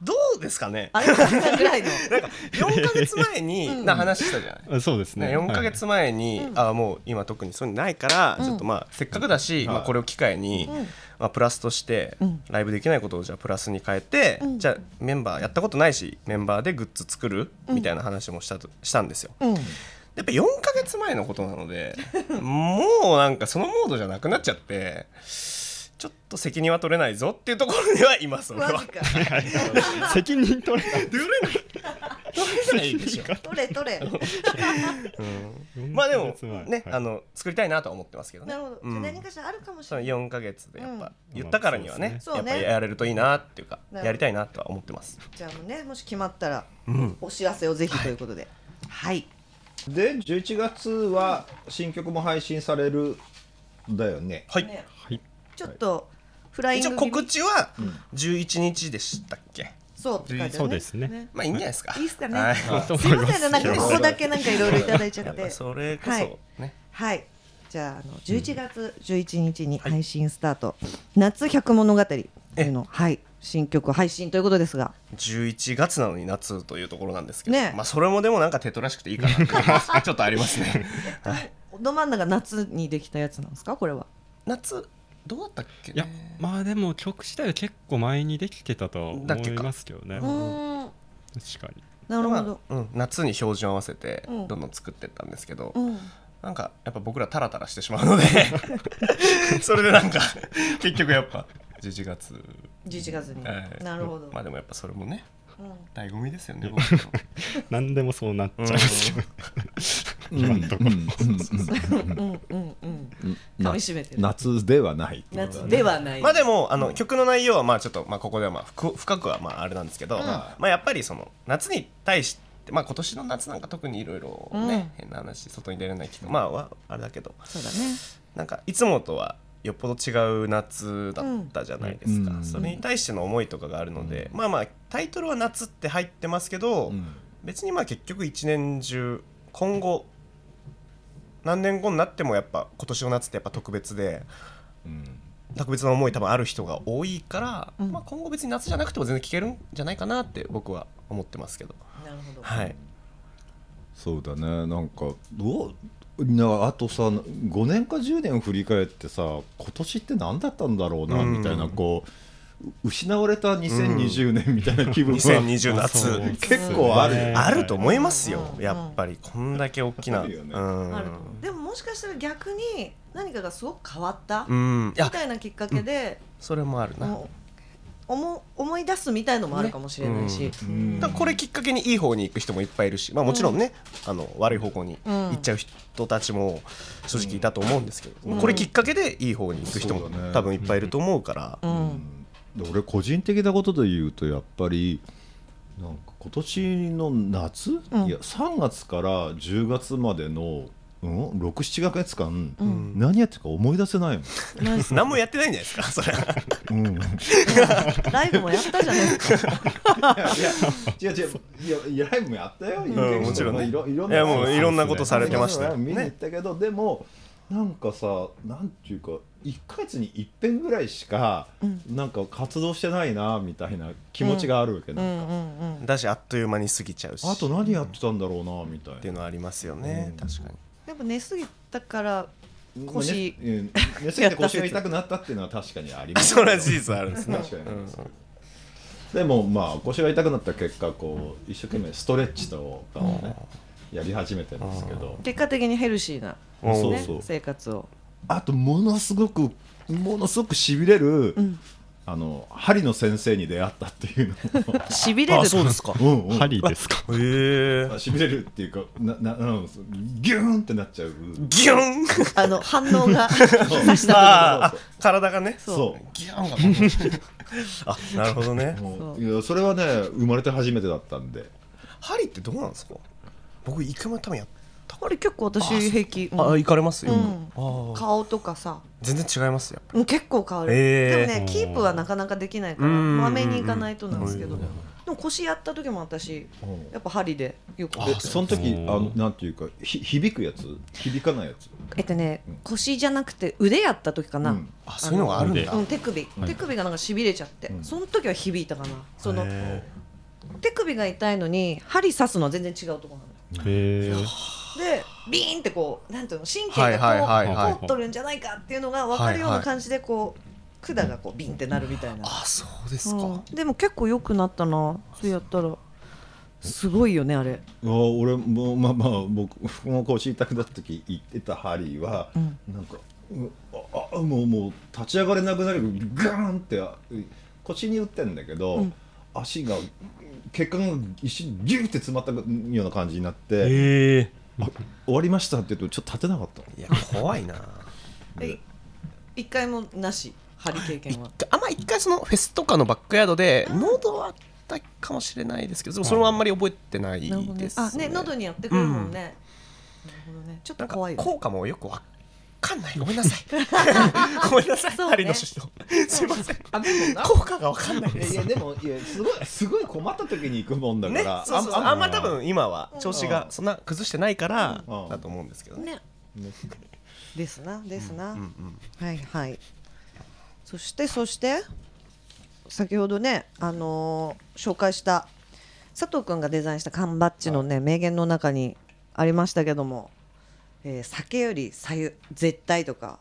Speaker 3: どうですかね
Speaker 6: あれぐらいの。
Speaker 3: なんか4か月前にな話したじゃない
Speaker 4: あそうですね
Speaker 3: ね、4か月前に、あもう今特にそういうのないから、ちょっとまあせっかくだし、まあ、これを機会に、まあ、プラスとして、ライブできないことをじゃあプラスに変えて、じゃあメンバーやったことないしメンバーでグッズ作るみたいな話もしたとしたんですよ。
Speaker 6: うん。
Speaker 3: やっぱ4か月前のことなのでもうなんかそのモードじゃなくなっちゃってちょっと責任は取れないぞっていうところではいます俺
Speaker 2: マ
Speaker 3: は
Speaker 2: ジ。か。
Speaker 4: はい責任取れない
Speaker 3: 取れない取れないでしょ。
Speaker 6: 取れ取れ。
Speaker 3: まあでもね、あ
Speaker 4: の
Speaker 3: の作りたいなとは思ってますけどね。
Speaker 6: なるほど。じゃ
Speaker 3: う
Speaker 6: あ
Speaker 3: ん
Speaker 6: 何かしらあるかもし
Speaker 3: その
Speaker 6: れない。
Speaker 3: 4か月でやっ
Speaker 6: うん
Speaker 3: ぱ言ったからにはね,、
Speaker 6: そうね
Speaker 3: やっぱやれるといいなっていうか
Speaker 6: なるほど
Speaker 3: やりたいなとは思ってます
Speaker 6: じゃあもうねもし決まったら
Speaker 3: ん
Speaker 6: お知らせをぜひということで。はい。
Speaker 1: で11月は新曲も配信されるんだよね
Speaker 3: はい、
Speaker 6: ね
Speaker 4: はい
Speaker 6: ちょっとフライン
Speaker 3: 一応
Speaker 6: グ気味
Speaker 3: 告知は11日でしたっけ、
Speaker 6: そうって書いてあるね
Speaker 4: そうですね
Speaker 3: まあいいんじゃないですか
Speaker 6: いいっすかね
Speaker 3: はい
Speaker 4: あと
Speaker 6: すい
Speaker 4: 思い
Speaker 6: ま
Speaker 4: ます
Speaker 6: せんねなんかここだけなんかいろいろいただいちゃっ
Speaker 3: やっぱ
Speaker 6: て
Speaker 3: それこそ、
Speaker 6: はい
Speaker 3: ね
Speaker 6: はいじゃああの11月11日に配信スタート、夏百物語というのはい新曲配信ということですが
Speaker 3: 11月なのに夏というところなんですけど、
Speaker 6: ね
Speaker 3: まあそれもでもなんか手取らしくていいかなっていうちょっとありますね
Speaker 6: ど真ん中夏にできたやつなんですかこれは
Speaker 3: 夏どうだったっけ、ね、
Speaker 4: いやまあでも曲自体は結構前にできてたとは思
Speaker 3: だっけ
Speaker 4: い
Speaker 3: か
Speaker 4: ますけどね
Speaker 6: うーん
Speaker 4: 確かに
Speaker 6: なるほど、
Speaker 3: まあうん、夏に標準合わせて
Speaker 6: うん
Speaker 3: どんどん作ってったんですけど、
Speaker 6: うん
Speaker 3: なんかやっぱ僕らタラタラしてしまうの でそれでなんか結局やっぱ11月
Speaker 6: 11月に、
Speaker 3: はい
Speaker 6: なるほど、
Speaker 3: まあでもやっぱそれもね
Speaker 6: うん
Speaker 3: 醍醐味ですよね
Speaker 4: 何でもそうなっちゃいますけど今のところ
Speaker 6: うんうんうん
Speaker 1: な
Speaker 6: 噛み締めてる
Speaker 1: 夏ではないっていう
Speaker 6: 夏ではない、
Speaker 3: まあでもあの曲の内容はまあちょっとまあここではまあ深く深くはまああれなんですけど、まあやっぱりその夏に対してまあ今年の夏なんか特にいろいろね、変な話外に出れないけどまあはあれだけど
Speaker 6: そうだね
Speaker 3: なんかいつもとはよっぽど違う夏だったじゃないですか、
Speaker 1: うん
Speaker 3: それに対しての思いとかがあるので、まあまあタイトルは「夏」って入ってますけど、
Speaker 1: うん
Speaker 3: 別にまあ結局一年中今後何年後になってもやっぱ今年の夏ってやっぱ特別で
Speaker 1: うん
Speaker 3: 特別な思い多分ある人が多いから、
Speaker 6: うん
Speaker 3: まあ、今後別に夏じゃなくても全然聞けるんじゃないかなって僕は思ってますけど、
Speaker 6: なるほど
Speaker 3: はい、
Speaker 1: そうだねなんかどうなあとさ5年か10年を振り返ってさ今年って何だったんだろうな、
Speaker 3: うん
Speaker 1: みたいなこうう失われた2020年みたいな気分は、
Speaker 3: 2020夏、
Speaker 4: そうですね
Speaker 1: 結構あるよ
Speaker 4: うん
Speaker 3: あると思いますよ、
Speaker 6: うん
Speaker 3: やっぱりこんだけ大きな。
Speaker 1: あるよね
Speaker 3: うん
Speaker 6: あると思うでももしかしたら逆に何かがすごく変わった、
Speaker 3: うん、いや
Speaker 6: みたいなきっかけで、
Speaker 3: それもあるな、
Speaker 6: もう思思い出すみたいのもあるかもしれないし、
Speaker 1: うん
Speaker 3: だからこれきっかけにいい方に行く人もいっぱいいるし、まあ、もちろんね、あの悪い方向に行っちゃう人たちも正直いたと思うんですけど、
Speaker 6: うん
Speaker 3: これきっかけでいい方に行く人
Speaker 1: そ
Speaker 3: も
Speaker 1: うだね
Speaker 3: 多分いっぱいいると思うから、
Speaker 6: うん
Speaker 1: で俺個人的なことで言うとやっぱりなんか今年の夏、
Speaker 6: うん
Speaker 1: いや3月から10月までの、うん、67ヶ月間、
Speaker 6: ん
Speaker 1: 何やってるか思い出せない も
Speaker 6: ナイス
Speaker 3: 何もやってないんじゃないですかそれは
Speaker 1: ん、うん
Speaker 6: ライブもやったじゃないですか
Speaker 1: いやいや違う違ういやライブもやったよ、有
Speaker 3: うんもちろんね
Speaker 1: いろいろん
Speaker 3: い
Speaker 1: な
Speaker 3: やもういろんなことされてましたよ
Speaker 1: 見に行っ
Speaker 3: ね
Speaker 1: たけど、でもなんかさなんていうか1ヶ月に一遍ぐらいしか、なんか活動してないなみたいな気持ちがあるわけ
Speaker 6: う
Speaker 1: な、
Speaker 6: んうんうん
Speaker 3: だしあっという間に過ぎちゃうし
Speaker 1: あと何やってたんだろうなみたいな
Speaker 3: っていうのはありますよね、
Speaker 1: うん
Speaker 3: 確かに
Speaker 6: やっぱ寝すぎたから腰
Speaker 1: まあねうん寝すぎて腰が痛くなったっていうのは確かにあります
Speaker 3: それは事実あるんですね
Speaker 1: 確かにありますでもまあ腰が痛くなった結果こう一生懸命ストレッチとかをねやり始めてるんですけど
Speaker 6: 結果的にヘルシーな、
Speaker 3: うん
Speaker 1: そう
Speaker 6: ね、
Speaker 1: そう
Speaker 6: 生活を
Speaker 1: あとものすごくものすごくしびれる、
Speaker 6: ん
Speaker 1: あの針の先生に出会ったっていう
Speaker 6: しびれる
Speaker 3: あそうですかへ
Speaker 1: の うん、うん、
Speaker 4: 針ですか
Speaker 3: え
Speaker 1: しびれるっていうかななうんギューンってなっちゃう
Speaker 3: ギュン
Speaker 6: あの反応 が差し
Speaker 1: あ
Speaker 6: た
Speaker 3: あーあ体がね
Speaker 6: そう
Speaker 1: そう
Speaker 3: ギュンがもう あなるほどね
Speaker 1: も
Speaker 6: そう
Speaker 1: ういやそれはね生まれて初めてだったんで
Speaker 3: 針ってどうなんですか僕一回も多分やった
Speaker 6: これ結構私平気うん
Speaker 3: あ行かれますよ、
Speaker 6: うん
Speaker 3: あー
Speaker 6: 顔とかさ
Speaker 3: 全然違いますよやっぱ
Speaker 6: うん結構変わる、
Speaker 3: へー
Speaker 6: でもねキープはなかなかできないから
Speaker 3: うん
Speaker 6: まめにいかないとなんですけど、
Speaker 3: うん
Speaker 6: でも腰やった時も私
Speaker 1: うん
Speaker 6: やっぱ針でよく
Speaker 1: でその時あ
Speaker 4: うん
Speaker 1: のなんていうかひ響くやつ響かないやつ
Speaker 6: えっとね腰じゃなくて腕やった時かな、
Speaker 1: う
Speaker 6: うんん、
Speaker 3: あそういうのがあるんだ、
Speaker 6: 手首、手首がなんかしびれちゃって、
Speaker 1: ん
Speaker 6: その時は響いたかなその
Speaker 3: へ
Speaker 6: 手首が痛いのに針刺すのは全然違うところなのよ
Speaker 4: へえ
Speaker 6: でビーンってこうなんていうの神経
Speaker 3: はいはいはい
Speaker 4: は
Speaker 6: が
Speaker 4: い
Speaker 6: こう通っとるんじゃないかっていうのが分かるような感じでこう管がこうビンってなるみたいな、
Speaker 3: あそうですか、
Speaker 6: うんでも結構良くなったなそれやったらすごいよねあれ
Speaker 1: いや俺もまあまあ僕僕も腰痛くなった時行ってたハリーは、なんかうああもうもう立ち上がれなくなるガーンってあ腰に打ってんだけど、足が血管が一瞬ギュッて詰まったような感じになって
Speaker 3: へえ
Speaker 1: 終わりましたって言うとちょっと立てなかった
Speaker 3: いや怖いな
Speaker 6: え一回もなし針経験は
Speaker 3: あんま一回そのフェスとかのバックヤードで喉はあったかもしれないですけどでもそれもあんまり覚えてない
Speaker 6: なるほどね
Speaker 3: です
Speaker 6: あね喉にやってくるもんね、なるほどねちょっ
Speaker 3: な
Speaker 6: と
Speaker 3: んか
Speaker 6: 怖いよね
Speaker 3: 効果もよくわかんないごめんなさいごめんなさい、
Speaker 6: そうね
Speaker 3: ハリーの人すいません
Speaker 1: あでもな
Speaker 3: 効果がわかんないで
Speaker 1: い
Speaker 3: す
Speaker 1: やでもいやすごい すごい困った時に行くもんだか
Speaker 3: ね
Speaker 1: ら、
Speaker 3: そうそうそう
Speaker 1: あ
Speaker 3: あ
Speaker 1: ん
Speaker 3: ん
Speaker 1: ま
Speaker 3: ま多分今は調子がそんな崩してないから
Speaker 1: うん
Speaker 3: だと思うんですけどね
Speaker 6: ね
Speaker 1: ね
Speaker 6: ですなですな、
Speaker 3: うんうん
Speaker 6: はいはいそしてそして先ほどねあのー紹介した佐藤君がデザインした缶バッジのね、名言の中にありましたけども、えー酒より左右絶対とか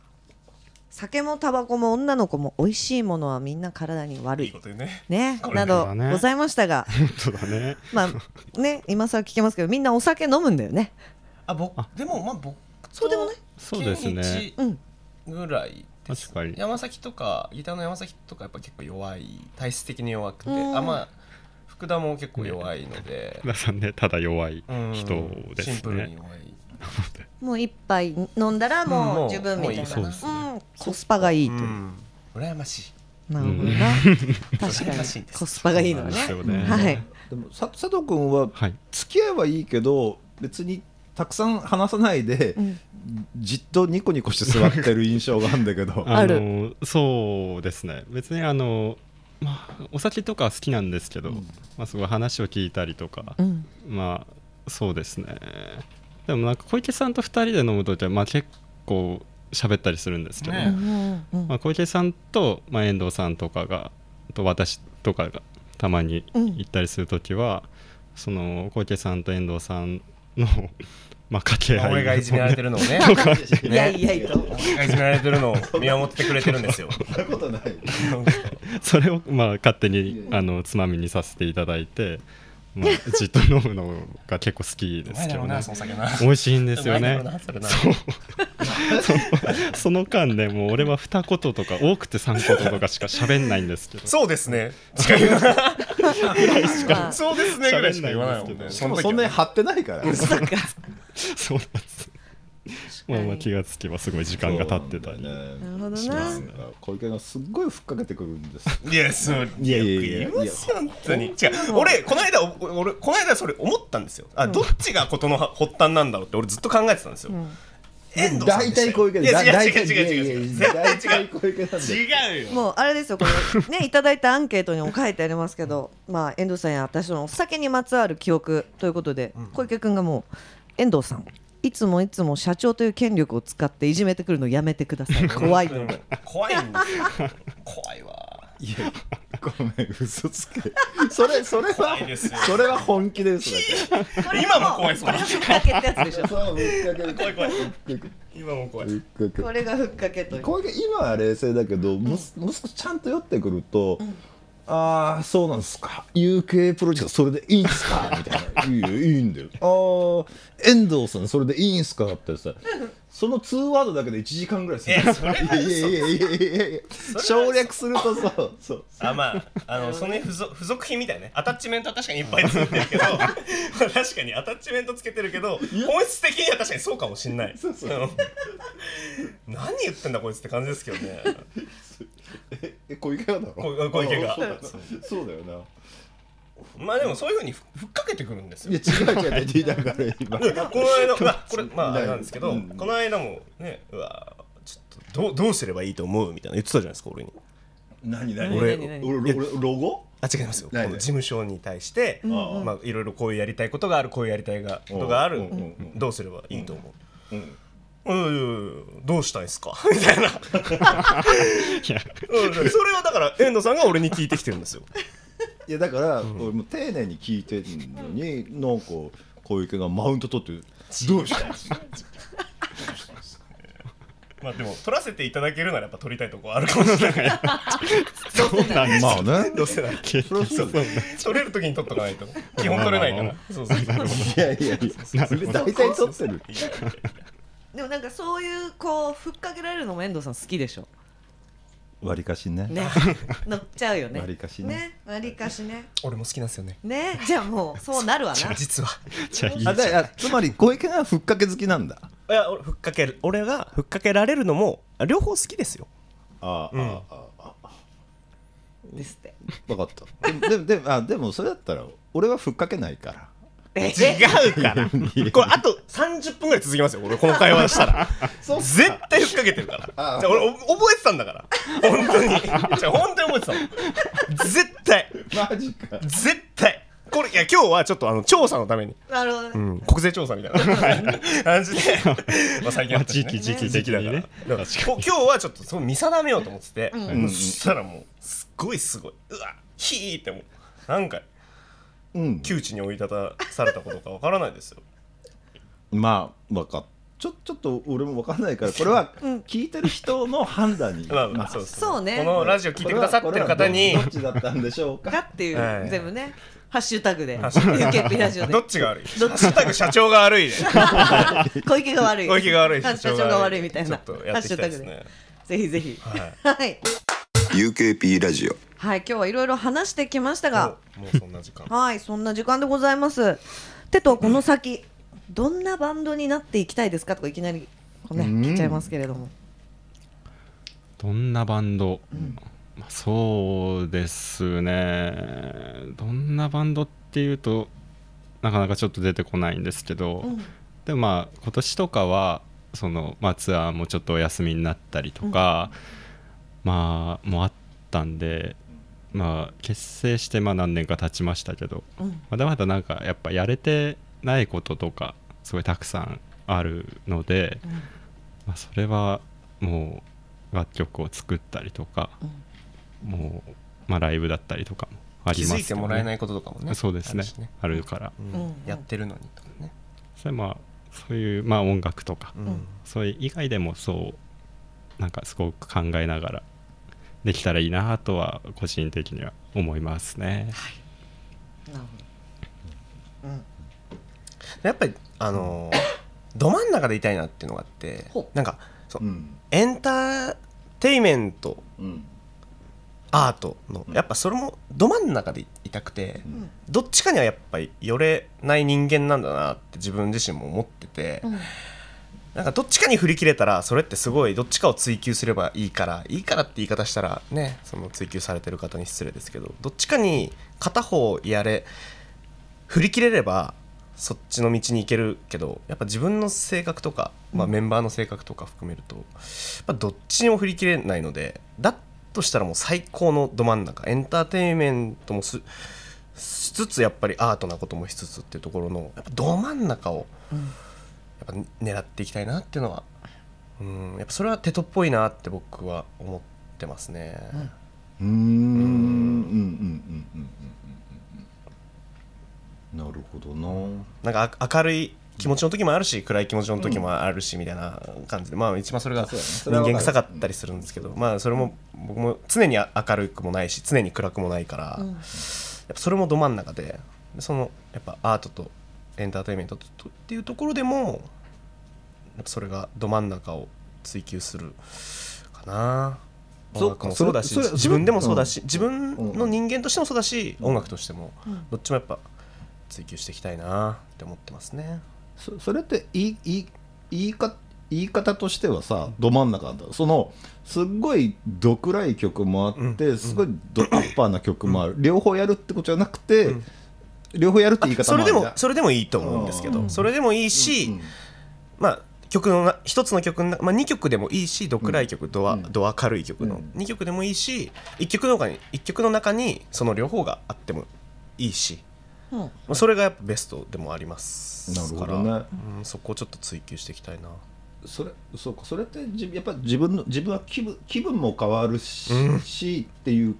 Speaker 6: 酒もタバコも女の子も美味しいものはみんな体に悪
Speaker 3: いい
Speaker 6: い
Speaker 3: こと言うね
Speaker 6: ね
Speaker 4: これ
Speaker 6: など
Speaker 4: だね
Speaker 6: ございましたが、
Speaker 4: そうだね
Speaker 6: まあね今更聞けますけどみんなお酒飲むんだよね
Speaker 3: あ僕でもまあ僕
Speaker 6: そうでもない
Speaker 4: そうですね
Speaker 6: うん
Speaker 3: ぐらいです
Speaker 4: 確かに
Speaker 3: 山崎とかギターの山崎とかやっぱ結構弱い体質的に弱くて
Speaker 6: うん
Speaker 3: あまあ福田も結構弱いので
Speaker 4: 福田さんねただ弱い
Speaker 3: うん
Speaker 4: 人ですね
Speaker 3: シンプルに弱い
Speaker 6: もう一杯飲んだら
Speaker 3: うんも
Speaker 6: もう
Speaker 3: う
Speaker 6: 十分みたい
Speaker 3: も
Speaker 6: な、
Speaker 3: ういいそうです
Speaker 6: うん、コスパがいいというう。
Speaker 3: ん羨ましい
Speaker 6: なるほどな。確か
Speaker 3: 羨
Speaker 6: に
Speaker 3: ましいです
Speaker 6: コスパがいいのはね。
Speaker 4: そうなんですよね
Speaker 6: はい。
Speaker 1: でもさ佐藤君は
Speaker 4: はい
Speaker 1: 付き合えばいいけど別にたくさん話さないで、
Speaker 6: うん
Speaker 1: じっとニコニコして座ってる印象があるんだけど
Speaker 6: あ
Speaker 4: あのそうですね別にあのまあお酒とか好きなんですけど、
Speaker 1: うん
Speaker 4: まあすごい話を聞いたりとか
Speaker 6: う、ん。
Speaker 4: まあそうですねでもなんか小池さんと2人で飲む時はまあ結構喋ったりするんですけど、
Speaker 6: う
Speaker 3: ね
Speaker 6: んうん
Speaker 4: まあ、小池さんと、まあ、遠藤さんとかがと私とかがたまに
Speaker 6: うん
Speaker 4: 行ったりする時は、その小池さんと遠藤さんの まあ掛け合い
Speaker 3: 俺がいじめられて
Speaker 4: る
Speaker 3: るのをね
Speaker 1: い
Speaker 6: いやいやいやと。
Speaker 3: 俺がいじめられてるのを見守ってくれてるんですよ
Speaker 1: そんなことない
Speaker 4: それをまあ勝手
Speaker 1: いやい
Speaker 4: に
Speaker 1: や
Speaker 4: あのつまみにさせていただいて、まあ、じっと飲むのが結構好き
Speaker 3: う
Speaker 4: で
Speaker 3: ますい
Speaker 4: け
Speaker 3: だろ
Speaker 4: ど
Speaker 3: う
Speaker 4: ね
Speaker 3: なその酒な
Speaker 4: 美味しいんですよね
Speaker 3: うまいだろうなそれな
Speaker 4: そうその その間ねもう俺は二言とか多くて三言とかしか喋んないんですけど
Speaker 3: そうですね違
Speaker 6: まあ
Speaker 3: うそうですねぐらいしか言わないもんね
Speaker 4: 喋んないんですけど
Speaker 1: しかもそんなに張ってないから、
Speaker 6: そっか。
Speaker 4: そうなんです。まあまあ気がつけばすごい時間が経ってたり。
Speaker 6: なるほどな
Speaker 1: しますね小池がすっごいふっかけてくるんですよ
Speaker 3: いや、そう、
Speaker 1: いやいやいや
Speaker 3: よく言いますよ
Speaker 1: いや
Speaker 3: 本当に。違う、俺、この間、お俺、この間、それ思ったんですよ。あ、どっちがことの発端なんだろうって、俺ずっと考えてたんですよ。遠藤さん
Speaker 1: 大
Speaker 3: でした
Speaker 1: 体
Speaker 3: よ。
Speaker 1: 小池
Speaker 3: い
Speaker 1: でだ
Speaker 3: や、違う、
Speaker 1: 大
Speaker 3: 違
Speaker 1: 体
Speaker 3: う、違う、違う、違う。
Speaker 1: いや
Speaker 3: 絶
Speaker 1: いや大
Speaker 3: 対違
Speaker 1: 体小池なんだよ
Speaker 3: う。違うよ。
Speaker 6: もうあれですよこれねいただいたアンケートにも書いてありますけど、まあ遠藤さんや私のお酒にまつわる記憶ということで、小池君がもう遠藤さん。いつもいつも社長という権力を使っていじめてくるのやめてください。怖いので。
Speaker 3: 怖いんですよ。怖いわ。
Speaker 1: いやごめん嘘つけそれそれはい
Speaker 3: ですよ
Speaker 1: それは本気で嘘だけ
Speaker 3: 今も怖いっす
Speaker 6: これがふっかけってやつでし
Speaker 1: どそれはふっかけ
Speaker 3: 怖い怖い
Speaker 1: ふっか
Speaker 3: 今も怖
Speaker 1: け
Speaker 3: い。
Speaker 1: ふっかけ
Speaker 6: ょ。これがふっかけという。
Speaker 1: 小池今は冷静だけど、もすもう少しちゃんと酔ってくると、ああそうなんですか UK プロジェクトそれでいいんすかみたいな「いいよいいんだよ」ああ遠藤さんそれでいいんすかってさその2ワードだけで1時間ぐらいする
Speaker 3: いやそれはい
Speaker 1: やいやいやいやいやいや省略するとさそう
Speaker 3: あ、まあ、あの、その付属、付属品みたいなね。アタッチメントは確かにいっぱいつけてる けど。まあ確かに、アタッチメントつけてるけど、本質的には確かにそうかもしんない。
Speaker 1: そうそう
Speaker 3: うん何言ってんだ、こいつって感じですけどね。
Speaker 1: ええ小池がだろ
Speaker 3: 小小池が
Speaker 1: あーそうだそうだよな
Speaker 3: まあでもそういうふうにふふっかけてくるんです
Speaker 1: い
Speaker 3: よ。
Speaker 1: や違う違う違うだから今
Speaker 3: この間、まあ、これ、まあ、あれなんですけど、
Speaker 1: うん
Speaker 3: この間もね、うわちょっとどうどうすればいいと思うみたいな言ってたじゃないですか、俺に。
Speaker 1: 何何
Speaker 3: 俺
Speaker 1: 俺俺俺ロゴ
Speaker 3: あ違いますよ、こ
Speaker 1: ない
Speaker 3: の
Speaker 1: ない
Speaker 3: 事務所に対して、
Speaker 1: んうん
Speaker 3: まあ、いろいろこういうやりたいことがある、こういうやりたいがことがある、
Speaker 1: うんうんうん
Speaker 3: どうすればいいと思う。
Speaker 1: うん
Speaker 3: うんいやいやいやどうしたいですか みたいな、うん、それをだから遠藤さんが俺に聞いてきてるんですよ
Speaker 1: いやだから、俺も丁寧に聞いてるのに、なんか小池がマウント取ってどうしたんですか
Speaker 3: まあでも取らせていただけるならやっぱ取りたいとこあるかもしれない
Speaker 4: そうなんです。
Speaker 1: まあね
Speaker 3: どうせなら
Speaker 4: 結
Speaker 1: そりゃ
Speaker 4: 局
Speaker 1: そうだよ
Speaker 3: 取れる時に取っとかないと基本取れないか
Speaker 4: まあ
Speaker 3: ら
Speaker 4: ま
Speaker 3: そうそうそう
Speaker 1: いやいやいやそれ大体取ってる
Speaker 6: でもなんかそういうこうふっかけられるのも遠藤さん好きでしょ。
Speaker 1: 割りかしね
Speaker 6: ね、乗っちゃうよね。
Speaker 1: 割りかしね
Speaker 6: 割りかしね。
Speaker 3: 俺も好きなんですよね
Speaker 6: ね、じゃあもうそうなるわな。
Speaker 3: 実は
Speaker 4: じゃあいいじゃ
Speaker 1: あ
Speaker 4: ん
Speaker 1: だからつまり小池がふっかけ好きなんだ
Speaker 3: いや俺ふっかける俺がふっかけられるのもあ両方好きですよ
Speaker 1: ああ、
Speaker 3: うん
Speaker 1: ああああ
Speaker 6: ですって。
Speaker 1: 分かったでもでもでもあでもそれだったら俺はふっかけないから
Speaker 6: え
Speaker 3: 違うからこれあと30分ぐらい続きますよ俺この会話した ら絶対引っ掛けてるからじゃあ俺お覚えてたんだから本当にじゃあ本当に覚えてたの絶対
Speaker 1: マジか
Speaker 3: 絶対これいや今日はちょっとあの調査のために、
Speaker 6: なるほどね
Speaker 3: うん、国税調査みたいな感じでまあ最近あったしね
Speaker 4: まあ時期時期
Speaker 3: 時期だから
Speaker 4: 時期にね
Speaker 3: だから
Speaker 4: 確か
Speaker 3: こ今日はちょっとそう見定めようと思ってて、
Speaker 1: ん
Speaker 3: そしたらもうすっごいすごいうわヒーってもうなんか
Speaker 1: うん
Speaker 3: 窮地に追い立たされたことかわからないですよ
Speaker 1: まあわかっちょちょっと俺もわかんないからこれは聞いてる人の判断に
Speaker 3: まあま
Speaker 1: ま
Speaker 3: あ
Speaker 1: あ
Speaker 3: そうです
Speaker 6: そうね
Speaker 3: このラジオ聞いてくださってる方に
Speaker 1: これはこれはどどっちだったんでしょう
Speaker 6: か
Speaker 1: か
Speaker 6: っていう、
Speaker 3: はい
Speaker 6: 全部ねハッシュタグで
Speaker 3: ッシュタグ
Speaker 6: UKP ラジオで
Speaker 3: どっちが悪いハッシュタグ社長が悪いで
Speaker 6: 小池が悪い
Speaker 3: 小池が悪い
Speaker 6: 社長が悪いみたいな
Speaker 3: ちょっとやっていきたいですね
Speaker 6: ぜひぜひ
Speaker 3: はい
Speaker 6: はい、
Speaker 5: UKP ラジオ
Speaker 6: はい、今日はいろいろ話してきましたが
Speaker 3: おもうそんな時間
Speaker 6: はいそんな時間でございますてとこの先どんなバンドになっていきたいですかとかいきなりこうね
Speaker 1: うん
Speaker 6: 聞いちゃいますけれども
Speaker 4: どんなバンド、まあそうですねどんなバンドっていうとなかなかちょっと出てこないんですけど、
Speaker 6: うん
Speaker 4: でもまあ今年とかはその、まあ、ツアーもちょっとお休みになったりとか、まあもうあったんで、まあ、結成してまあ何年か経ちましたけど
Speaker 6: うん
Speaker 4: まだまだなんかやっぱやれてないこととかすごいたくさんあるので、
Speaker 6: うん
Speaker 4: まあ、それはもう楽曲を作ったりとか、もう、まあ、ライブだったりとかもあ
Speaker 3: 気
Speaker 4: ります
Speaker 3: づいてもらえないいこととかもね
Speaker 4: そうですね
Speaker 3: あるし
Speaker 4: あるから、
Speaker 3: うん
Speaker 6: うん
Speaker 3: やってるのにとかね
Speaker 4: それまあそういう、まあ、音楽とか、
Speaker 3: うん
Speaker 4: それ以外でもそうなんかすごく考えながらできたらいいなとは個人的には思いますね。
Speaker 6: なるほ
Speaker 3: やっぱりあのーど真ん中でいたいなっていうのがあって
Speaker 6: ほ
Speaker 3: なんかそう
Speaker 1: うん
Speaker 3: エンターテイメント
Speaker 1: うん
Speaker 3: アートのやっぱそれもど真ん中でいたくて、
Speaker 1: ん
Speaker 3: どっちかにはやっぱり寄れない人間なんだなって自分自身も思ってて、
Speaker 6: ん
Speaker 3: なんかどっちかに振り切れたらそれってすごいどっちかを追求すればいいからいいからって言い方したらねその追求されてる方に失礼ですけどどっちかに片方やれ振り切れればそっちの道に行けるけどやっぱ自分の性格とか、まあ、メンバーの性格とか含めると、まあ、どっちにも振り切れないのでだとしたらもう最高のど真ん中エンターテインメントもすしつつやっぱりアートなこともしつつっていうところのやっぱど真ん中をやっぱ狙っていきたいなっていうのはうんやっぱそれはテトっぽいなって僕は思ってますね、
Speaker 1: うーんうんうんうんうんうんなるほどな
Speaker 3: なんかあ明るい気持ちの時もあるし暗い気持ちの時もあるしみたいな感じでまあ一番それが
Speaker 1: そうだねそ
Speaker 3: 人
Speaker 1: れはわか
Speaker 3: 間
Speaker 1: る
Speaker 3: 臭かったりするんですけどまあそれも僕も常に明るくもないし常に暗くもないからやっぱそれもど真ん中でそのやっぱアートとエンターテインメントととっていうところでもやっぱそれがど真ん中を追求するかな。
Speaker 1: そう
Speaker 3: 音楽もそうだし
Speaker 1: それそれ
Speaker 3: 自分でもそうだし自分
Speaker 1: うん
Speaker 3: の人間としてもそうだし音楽としてもどっちもやっぱ追求していきたいなって思ってますね。
Speaker 1: そそれって言い言い言いか言い方としてはさど真ん中なんだそのすっごいどくらい曲もあって、すごいどアッパーな曲もある、両方やるってことじゃなくて、両方やるって言い方
Speaker 3: そ
Speaker 1: も
Speaker 3: れ
Speaker 1: あ
Speaker 3: で
Speaker 1: るじゃん
Speaker 3: もそれでもいいと思うんですけ
Speaker 1: う
Speaker 3: ど
Speaker 1: ん
Speaker 3: それでもいいし、
Speaker 1: うん
Speaker 3: まあ曲のな一つの曲の中、まあ、2曲でもいいしど暗い曲、ドアドア軽い曲の、
Speaker 1: うん
Speaker 3: 2曲でもいいし1曲の中に一曲の中にその両方があってもいいし、
Speaker 6: うん
Speaker 3: まあ、それがやっぱベストでもありますか
Speaker 1: な
Speaker 3: ら
Speaker 1: るほどね
Speaker 3: うん、そこをちょっと追求していきたいな。
Speaker 1: それそうかそれってじやっぱ自分の自分は気分気分も変わるし,、
Speaker 3: うん
Speaker 1: しっていう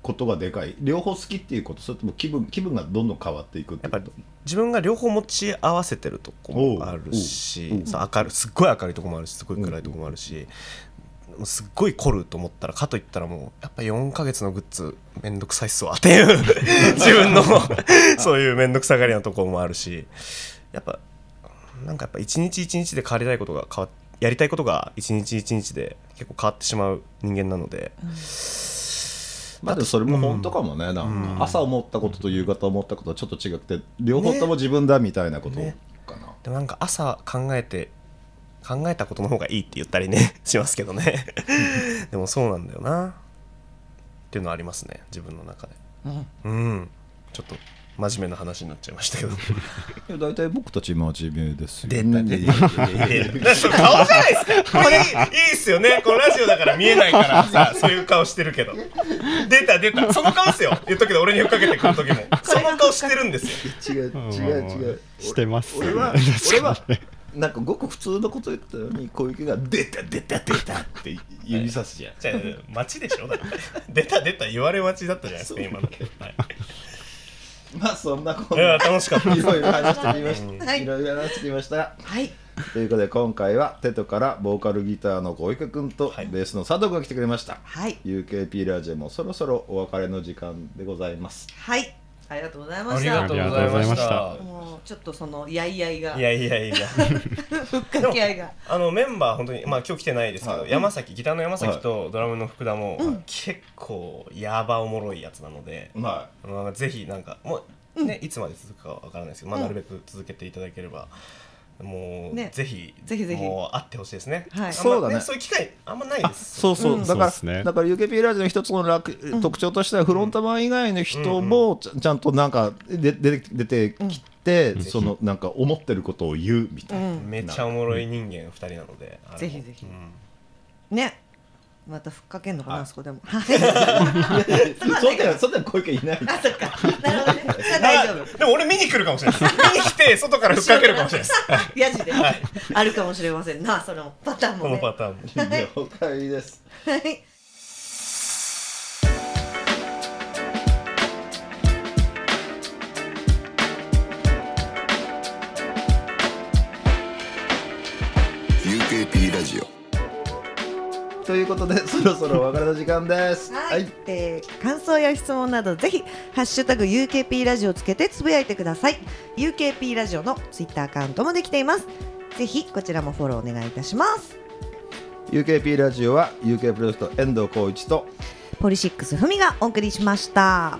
Speaker 1: ことがでかい両方好きっていうことそれとも気分気分がどんどん変わっていくってい
Speaker 3: やっ
Speaker 1: うこと
Speaker 3: ぱり自分が両方持ち合わせてるとこもある
Speaker 1: おうお
Speaker 3: し
Speaker 1: う
Speaker 3: そう明るすっごい明るいとこもあるしすごい暗いとこもあるし、もうすっごい凝ると思ったらかといったらもうやっぱ4ヶ月のグッズめんどくさいっすわっていう自 分のそういうめんどくさがりなとこもあるしやっぱなんかやっぱ一日一日で変わりたいことが変わやりたいことが一日一日で結構変わってしまう人間なので、
Speaker 1: まあ、でもそれも本当かもね、なんか朝思ったことと夕方思ったことはちょっと違くて両方とも自分だみたいなこと
Speaker 3: ね
Speaker 1: かな、
Speaker 3: でもなんか朝考えて考えたことの方がいいって言ったりね しますけどね でもそうなんだよなっていうのはありますね自分の中でうん、ちょっと真面目な話になっちゃいましたけ ど
Speaker 1: いや大体僕たち真面目ですよ
Speaker 3: 出た出た
Speaker 1: いやいやいやいや
Speaker 3: 顔じゃないですかこれいいいいっすよねこのラジオだから見えない からさそういう顔してるけど出た出たその顔っすよ言っとくけど俺にふっかけてくる時もその顔してるんですよ
Speaker 1: 違う違う違う
Speaker 4: してますよ
Speaker 1: 俺
Speaker 4: ね
Speaker 1: は
Speaker 4: 確か
Speaker 1: 俺
Speaker 4: に
Speaker 1: はなんかごく普通のこと言ったのに小池が「出た出た出た」って指さすじゃん
Speaker 3: じゃあ街でしょだって出た出た言われ待ちだったじゃないですか今の、はい
Speaker 1: まあそんなこ
Speaker 3: い
Speaker 1: ん
Speaker 3: や
Speaker 1: な
Speaker 3: 楽しかった
Speaker 1: いろいろ話してきまし
Speaker 6: は
Speaker 1: た
Speaker 6: い
Speaker 1: いろいろ話してきました
Speaker 6: はい
Speaker 1: ということで今回はテトからボーカルギターの小池くんと
Speaker 3: はい
Speaker 1: ベースの佐藤が来てくれました
Speaker 6: はい
Speaker 1: UKP ラジオもそろそろお別れの時間でございます
Speaker 6: はいありがとうございま
Speaker 3: あ
Speaker 6: し
Speaker 3: り
Speaker 6: た
Speaker 3: がとうございまし
Speaker 4: あ
Speaker 3: た
Speaker 6: もうちょっとそのやいやいが
Speaker 3: いやいやいや
Speaker 6: ふっかけ合いが
Speaker 3: あのメンバー本当にまあ今日来てないですけど、
Speaker 1: はい
Speaker 3: 山崎ギターの山崎とドラムの福田も、結構やばおもろいやつなので、
Speaker 1: は
Speaker 3: まあ、ぜひなんかもうね、いつまで続くかわからないですけど、まあ、なるべく続けていただければ。もう、
Speaker 6: ね
Speaker 3: ぜひ
Speaker 6: ぜひぜひ
Speaker 3: もう会ってほしいですね。あん
Speaker 6: はい
Speaker 3: ま
Speaker 1: そうだね
Speaker 3: そういう機会あんまない
Speaker 1: あ
Speaker 3: です。
Speaker 1: そうそう、
Speaker 6: うん
Speaker 1: だから、
Speaker 4: そうっすね
Speaker 1: だから UKP ラジオの一つの楽、特徴としてはフロントマン以外の人もちゃ,、ん、ちゃんとなんかで出て出てきて、そのなんか思ってることを言うみたいな、
Speaker 3: めっちゃおもろい人間二人なので、あの
Speaker 6: ぜひぜひ
Speaker 3: うん
Speaker 6: ねまたふっかけんのか
Speaker 1: は
Speaker 6: ないあそこでもはい
Speaker 1: そんなそんな小池いない
Speaker 6: あそっかなるほどねじゃあ大丈夫
Speaker 3: あでも俺見に来るかもしれないです。見に来て外からふっかけるかもしれないです。
Speaker 6: ヤジで、あるかもしれませんなそのパターンも
Speaker 3: この
Speaker 6: ね
Speaker 3: パターンも。
Speaker 1: 了解です
Speaker 6: はい
Speaker 5: ー UKP ラジオ
Speaker 1: ということでそろそろお別れの時間です
Speaker 6: はい、えー感想や質問などぜひ「ハッシュタグ #UKP ラジオ」つけてつぶやいてください UKP ラジオのツイッターアカウントもできていますぜひこちらもフォローお願いいたします
Speaker 1: UKP ラジオは UK プロジェクト遠藤浩一と
Speaker 6: ポリシックスふみがお送りしました